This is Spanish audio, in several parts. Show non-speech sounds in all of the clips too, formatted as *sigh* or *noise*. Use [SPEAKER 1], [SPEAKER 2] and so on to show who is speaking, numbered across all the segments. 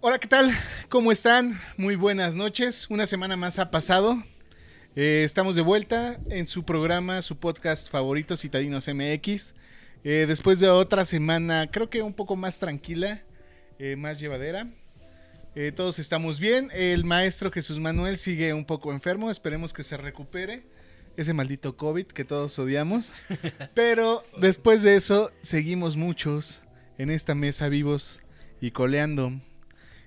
[SPEAKER 1] Hola, ¿qué tal? ¿Cómo están? Muy buenas noches. Una semana más ha pasado. Eh, estamos de vuelta en su programa, su podcast favorito, Citadinos MX. Eh, después de otra semana, creo que un poco más tranquila, eh, más llevadera. Eh, todos estamos bien. El maestro Jesús Manuel sigue un poco enfermo. Esperemos que se recupere. Ese maldito COVID que todos odiamos. Pero después de eso, seguimos muchos en esta mesa vivos y coleando.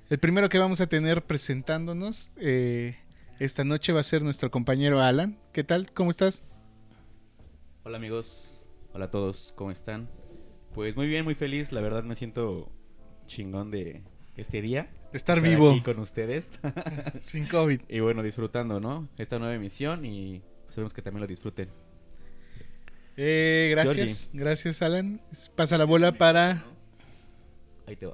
[SPEAKER 1] El primero que vamos a tener presentándonos eh, esta noche va a ser nuestro compañero Alan. ¿Qué tal? ¿Cómo estás?
[SPEAKER 2] Hola amigos, hola a todos, ¿cómo están? Pues muy bien, muy feliz, la verdad me siento chingón de este día.
[SPEAKER 1] Estar vivo.
[SPEAKER 2] aquí con ustedes. *laughs*
[SPEAKER 1] Sin COVID.
[SPEAKER 2] y bueno, disfrutando, ¿no? Esta nueva emisión y pues, esperemos que también lo disfruten.
[SPEAKER 1] Eh, gracias, gracias Alan. Pasa la bola para...
[SPEAKER 2] Ahí te va.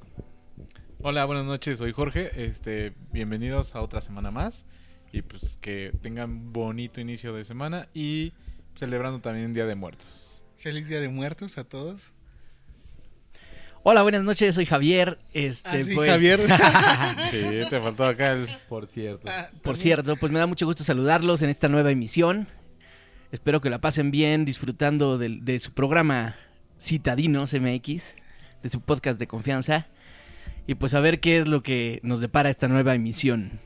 [SPEAKER 3] Hola, buenas noches, soy Jorge. Este, bienvenidos a otra semana más. Y pues que tengan bonito inicio de semana y celebrando también Día
[SPEAKER 1] *laughs*
[SPEAKER 3] de Muertos.
[SPEAKER 1] Feliz Día de Muertos a todos.
[SPEAKER 4] Hola, buenas noches, soy Javier. Este,
[SPEAKER 1] Ah, sí,
[SPEAKER 4] pues, *laughs*
[SPEAKER 1] Javier.
[SPEAKER 3] Sí, te faltó acá el.
[SPEAKER 2] Por cierto.
[SPEAKER 1] Ah,
[SPEAKER 4] Por
[SPEAKER 1] también.
[SPEAKER 4] cierto, pues me da mucho gusto saludarlos en esta nueva emisión. Espero que la pasen bien disfrutando del- de, su programa Citadinos MX, de su podcast de confianza. Y pues a ver qué es lo que nos depara esta nueva emisión.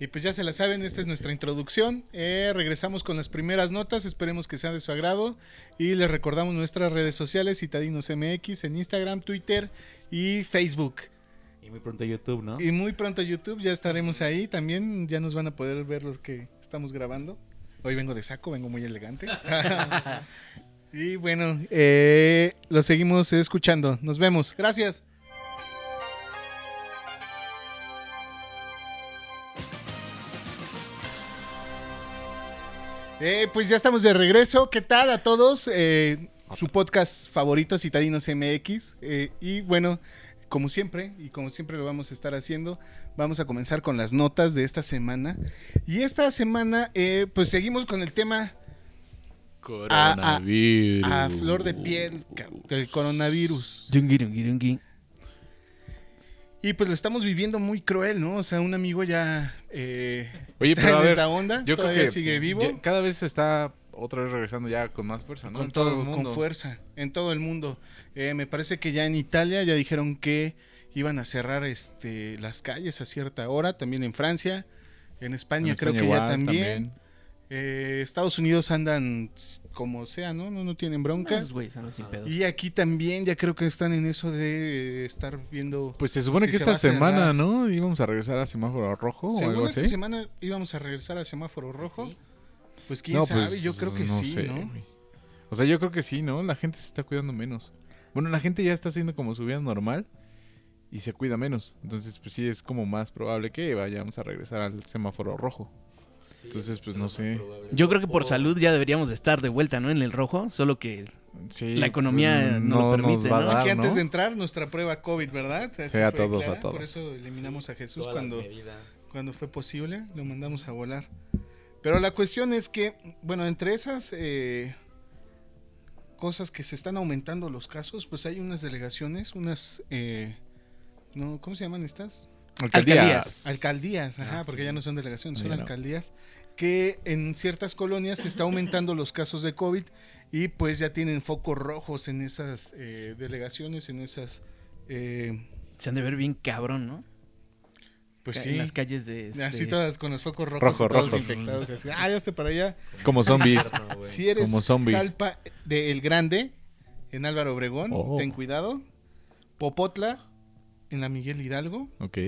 [SPEAKER 1] Y pues ya se la saben, esta es nuestra introducción. Eh, regresamos con las primeras notas, esperemos que sea de su agrado. Y les recordamos nuestras redes sociales, Citadinos MX, en Instagram, Twitter y Facebook.
[SPEAKER 2] Y muy pronto YouTube, ¿no?
[SPEAKER 1] Y muy pronto YouTube, ya estaremos ahí también, ya nos van a poder ver los que estamos grabando. Hoy vengo de saco, vengo muy elegante. y bueno, eh, lo seguimos escuchando. Nos vemos. Gracias. Eh, pues ya estamos de regreso. ¿Qué tal a todos? Eh, su podcast favorito, Citadinos MX. Eh, y bueno, como siempre, y como siempre lo vamos a estar haciendo, vamos a comenzar con las notas de esta semana. Y esta semana, eh, pues seguimos con el tema
[SPEAKER 3] Coronavirus.
[SPEAKER 1] a flor de piel ca- del coronavirus.
[SPEAKER 4] Yungui, yungui, yungui.
[SPEAKER 1] Y pues lo estamos viviendo muy cruel, ¿no? O sea, un amigo ya eh,
[SPEAKER 3] Oye,
[SPEAKER 1] está
[SPEAKER 3] pero a
[SPEAKER 1] en
[SPEAKER 3] ver,
[SPEAKER 1] esa onda,
[SPEAKER 3] Yo creo
[SPEAKER 1] todavía
[SPEAKER 3] que
[SPEAKER 1] sigue vivo,
[SPEAKER 3] ya cada vez está otra vez regresando ya con más fuerza, ¿no?
[SPEAKER 1] con
[SPEAKER 3] En
[SPEAKER 1] todo,
[SPEAKER 3] el mundo.
[SPEAKER 1] con fuerza, en todo el mundo. Eh, me parece que ya en Italia ya dijeron que iban a cerrar este las calles a cierta hora, también en Francia, en
[SPEAKER 3] En
[SPEAKER 1] España, creo
[SPEAKER 3] España
[SPEAKER 1] que ya
[SPEAKER 3] igual,
[SPEAKER 1] también. Eh, Estados Unidos andan s- como sea, ¿no? No, no tienen bronca.
[SPEAKER 4] Esos güeyes andan sin pedos.
[SPEAKER 1] Y aquí también ya creo que están en eso de eh, estar viendo...
[SPEAKER 3] Pues se supone
[SPEAKER 1] Sí,
[SPEAKER 3] que
[SPEAKER 1] se va
[SPEAKER 3] esta
[SPEAKER 1] a cerrar.
[SPEAKER 3] semana, ¿no? Íbamos a regresar a semáforo rojo o Oh, algo
[SPEAKER 1] Según esta
[SPEAKER 3] así. ¿Ah,
[SPEAKER 1] semana íbamos a regresar al semáforo rojo. Pues quién
[SPEAKER 3] No,
[SPEAKER 1] sabe,
[SPEAKER 3] pues,
[SPEAKER 1] yo creo que sí,
[SPEAKER 3] sé,
[SPEAKER 1] ¿no?
[SPEAKER 3] güey. O sea, yo creo que sí, ¿no? La gente se está cuidando menos. Bueno, la gente ya está haciendo como su vida normal y se cuida menos. Entonces, pues sí, es como más probable que vayamos a regresar al semáforo rojo. Entonces, pues no sé.
[SPEAKER 4] Yo creo que
[SPEAKER 1] Oh.
[SPEAKER 4] por salud ya deberíamos de estar de vuelta, ¿no? En el rojo, solo que
[SPEAKER 3] Sí,
[SPEAKER 4] La economía
[SPEAKER 3] pues,
[SPEAKER 4] no lo permite,
[SPEAKER 3] nos va a
[SPEAKER 4] ¿no?
[SPEAKER 3] dar,
[SPEAKER 1] Aquí
[SPEAKER 3] ¿no?
[SPEAKER 1] antes de entrar, nuestra prueba COVID, ¿verdad? Así
[SPEAKER 3] Sí, a
[SPEAKER 1] fue
[SPEAKER 3] todos, a
[SPEAKER 1] clara, Por
[SPEAKER 3] todos.
[SPEAKER 1] eso eliminamos a Jesús
[SPEAKER 2] Todas las
[SPEAKER 1] cuando,
[SPEAKER 2] medidas.
[SPEAKER 1] cuando fue posible, lo mandamos a volar. Pero la cuestión es que, bueno, entre esas eh, cosas que se están aumentando los casos, pues hay unas delegaciones, unas... eh, no, ¿Cómo se llaman estas?
[SPEAKER 3] Alcaldías.
[SPEAKER 4] Alcaldías.
[SPEAKER 1] Alcaldías, ajá,
[SPEAKER 2] Ah,
[SPEAKER 1] porque
[SPEAKER 2] sí.
[SPEAKER 1] ya no son delegaciones,
[SPEAKER 3] Ah,
[SPEAKER 1] son
[SPEAKER 3] ya no.
[SPEAKER 1] alcaldías, que en ciertas colonias se está aumentando los casos de COVID y pues ya tienen focos rojos en esas eh, delegaciones, en esas... eh,
[SPEAKER 4] se han de ver bien cabrón, ¿no?
[SPEAKER 1] pues
[SPEAKER 4] Ca-
[SPEAKER 1] sí,
[SPEAKER 4] En las calles de... este-
[SPEAKER 1] así todas con los focos rojos,
[SPEAKER 3] Rojo,
[SPEAKER 1] y todos
[SPEAKER 3] rojos.
[SPEAKER 1] infectados. y así, ah, ya estoy para allá. *laughs*
[SPEAKER 3] Como zombies.
[SPEAKER 1] Ah,
[SPEAKER 2] No, güey.
[SPEAKER 1] Si eres
[SPEAKER 3] Como zombie.
[SPEAKER 1] Talpa de El Grande, en Álvaro Obregón,
[SPEAKER 3] Oh.
[SPEAKER 1] ten cuidado. Popotla, en la Miguel Hidalgo.
[SPEAKER 3] ok.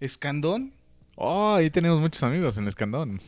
[SPEAKER 1] Escandón,
[SPEAKER 3] Oh, ahí tenemos muchos amigos en el escandón.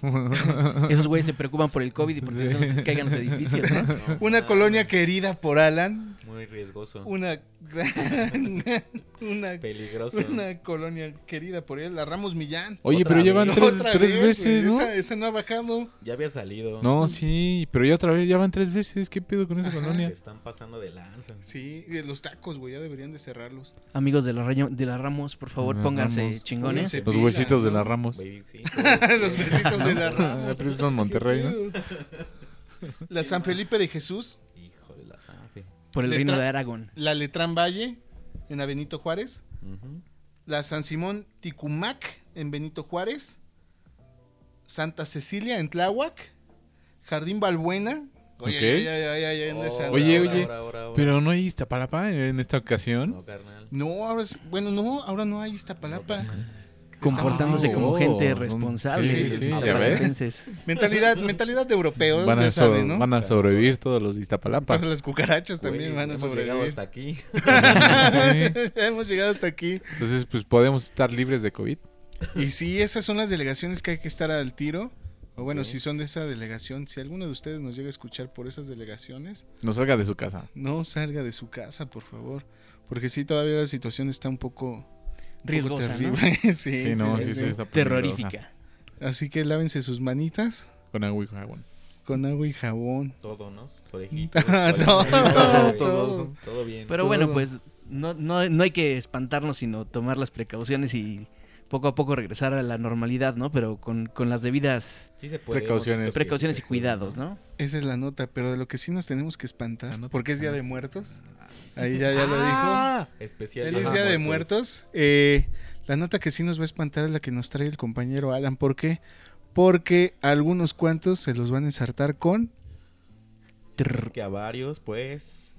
[SPEAKER 4] Esos güeyes se preocupan por el COVID y porque no se les caigan los edificios,
[SPEAKER 2] *laughs*
[SPEAKER 4] ¿no?
[SPEAKER 2] No,
[SPEAKER 1] *laughs* una
[SPEAKER 2] no,
[SPEAKER 1] colonia querida por Alan,
[SPEAKER 2] Muy riesgoso.
[SPEAKER 1] una gran- *laughs* una,
[SPEAKER 2] Peligroso.
[SPEAKER 1] una colonia querida por él, la Ramos Millán.
[SPEAKER 3] Oye,
[SPEAKER 2] Otra
[SPEAKER 3] pero llevan
[SPEAKER 2] vez.
[SPEAKER 3] tres,
[SPEAKER 1] Otra
[SPEAKER 3] tres
[SPEAKER 1] vez,
[SPEAKER 3] veces,
[SPEAKER 1] güey,
[SPEAKER 3] ¿no?
[SPEAKER 1] Esa, esa no ha bajado.
[SPEAKER 2] Ya había salido.
[SPEAKER 3] No, sí, pero ya otra vez, ya van tres veces. ¿Qué pedo con esa
[SPEAKER 2] Se
[SPEAKER 3] colonia?
[SPEAKER 2] están pasando de lanza.
[SPEAKER 1] Sí, eh, los tacos, güey, ya deberían de cerrarlos.
[SPEAKER 4] Amigos de la, Rayo- de la Ramos, por favor,
[SPEAKER 3] De la
[SPEAKER 4] pónganse
[SPEAKER 3] Ramos.
[SPEAKER 4] chingones.
[SPEAKER 1] Pónganse.
[SPEAKER 3] Los
[SPEAKER 1] Pilas,
[SPEAKER 3] huesitos de
[SPEAKER 1] ¿no?
[SPEAKER 3] la Ramos.
[SPEAKER 2] Baby,
[SPEAKER 1] *laughs*
[SPEAKER 2] sí,
[SPEAKER 1] los besitos de la
[SPEAKER 3] Ah,
[SPEAKER 1] Ramos.
[SPEAKER 3] pero eso es en
[SPEAKER 1] ¿Qué
[SPEAKER 3] Monterrey, ¿no?
[SPEAKER 1] pedo? La San Felipe de Jesús,
[SPEAKER 2] Hijo de la Sanfe.
[SPEAKER 4] Por el
[SPEAKER 1] Letra-
[SPEAKER 4] reino de Aragón.
[SPEAKER 1] la Letrán Valle, en Avenito Juárez, la San Simón Ticumac en Benito Juárez, Santa Cecilia en Tláhuac, Jardín Balbuena. Oye,
[SPEAKER 3] Ok.
[SPEAKER 1] oye, oye, oye, oye, en esa-
[SPEAKER 3] Oye,
[SPEAKER 1] ahora,
[SPEAKER 3] oye,
[SPEAKER 1] ahora.
[SPEAKER 3] Pero no hay Iztapalapa en, en esta ocasión.
[SPEAKER 2] No, carnal.
[SPEAKER 1] No, ahora es- bueno, no, ahora no hay Iztapalapa.
[SPEAKER 4] comportándose
[SPEAKER 3] mal.
[SPEAKER 4] como
[SPEAKER 3] Oh,
[SPEAKER 4] gente
[SPEAKER 3] son-
[SPEAKER 1] sí,
[SPEAKER 4] responsable.
[SPEAKER 1] sí,
[SPEAKER 4] los
[SPEAKER 1] ya ves.
[SPEAKER 4] iztapalenses.
[SPEAKER 1] Mentalidad, mentalidad de europeos,
[SPEAKER 3] Van
[SPEAKER 1] se
[SPEAKER 3] a,
[SPEAKER 1] sabe,
[SPEAKER 3] so-
[SPEAKER 1] ¿no?
[SPEAKER 3] van a sobrevivir todos los
[SPEAKER 1] *laughs*
[SPEAKER 3] de Iztapalapa.
[SPEAKER 1] Todas las cucarachas Pues también
[SPEAKER 2] Güey,
[SPEAKER 1] van a
[SPEAKER 2] hemos llegado
[SPEAKER 1] *laughs* sobrevivir.
[SPEAKER 2] hasta aquí.
[SPEAKER 3] aquí.
[SPEAKER 1] hemos llegado hasta aquí.
[SPEAKER 3] Entonces, pues podemos estar libres de COVID.
[SPEAKER 1] Y sí, esas son las delegaciones que hay que estar al tiro. O bueno,
[SPEAKER 2] Ok.
[SPEAKER 1] si son de esa delegación, si alguno de ustedes nos llega a escuchar por esas delegaciones,
[SPEAKER 3] No salga de su casa.
[SPEAKER 1] no salga de su casa, por favor. Porque sí, todavía la situación está un poco... un poco
[SPEAKER 4] Riesgosa, ¿no?
[SPEAKER 1] terrible. *laughs* sí, sí,
[SPEAKER 3] no,
[SPEAKER 1] sí, sí.
[SPEAKER 3] está peligrosa.
[SPEAKER 4] Terrorífica.
[SPEAKER 1] Así que lávense sus manitas
[SPEAKER 3] Con agua y con jabón. *laughs*
[SPEAKER 1] con agua y jabón.
[SPEAKER 2] Todo, ¿no?
[SPEAKER 1] *laughs*
[SPEAKER 2] Sus orejitas,
[SPEAKER 1] Ah,
[SPEAKER 2] todo,
[SPEAKER 1] no, todo.
[SPEAKER 2] todo, todo, todo bien.
[SPEAKER 4] Pero
[SPEAKER 1] Todo.
[SPEAKER 4] bueno, pues no, no, no hay que espantarnos, sino tomar las precauciones y poco a poco regresar a la normalidad, ¿no? Pero con, con las debidas
[SPEAKER 2] Sí se puede,
[SPEAKER 3] Precauciones.
[SPEAKER 2] hemos visto que sí
[SPEAKER 4] precauciones
[SPEAKER 2] se
[SPEAKER 4] y
[SPEAKER 2] puede.
[SPEAKER 4] cuidados, ¿no?
[SPEAKER 1] Esa es la nota, pero de lo que sí nos tenemos que espantar,
[SPEAKER 3] La nota.
[SPEAKER 1] porque es Día de Muertos. Ahí ya, ya lo dijo.
[SPEAKER 4] Ah,
[SPEAKER 2] Especial
[SPEAKER 1] Feliz
[SPEAKER 2] Ajá, pues,
[SPEAKER 1] Día de Muertos. Eh, la nota que sí nos va a espantar es la que nos trae el compañero Alan. ¿Por qué? Porque algunos cuantos se los van a ensartar con...
[SPEAKER 2] Es que a varios, pues.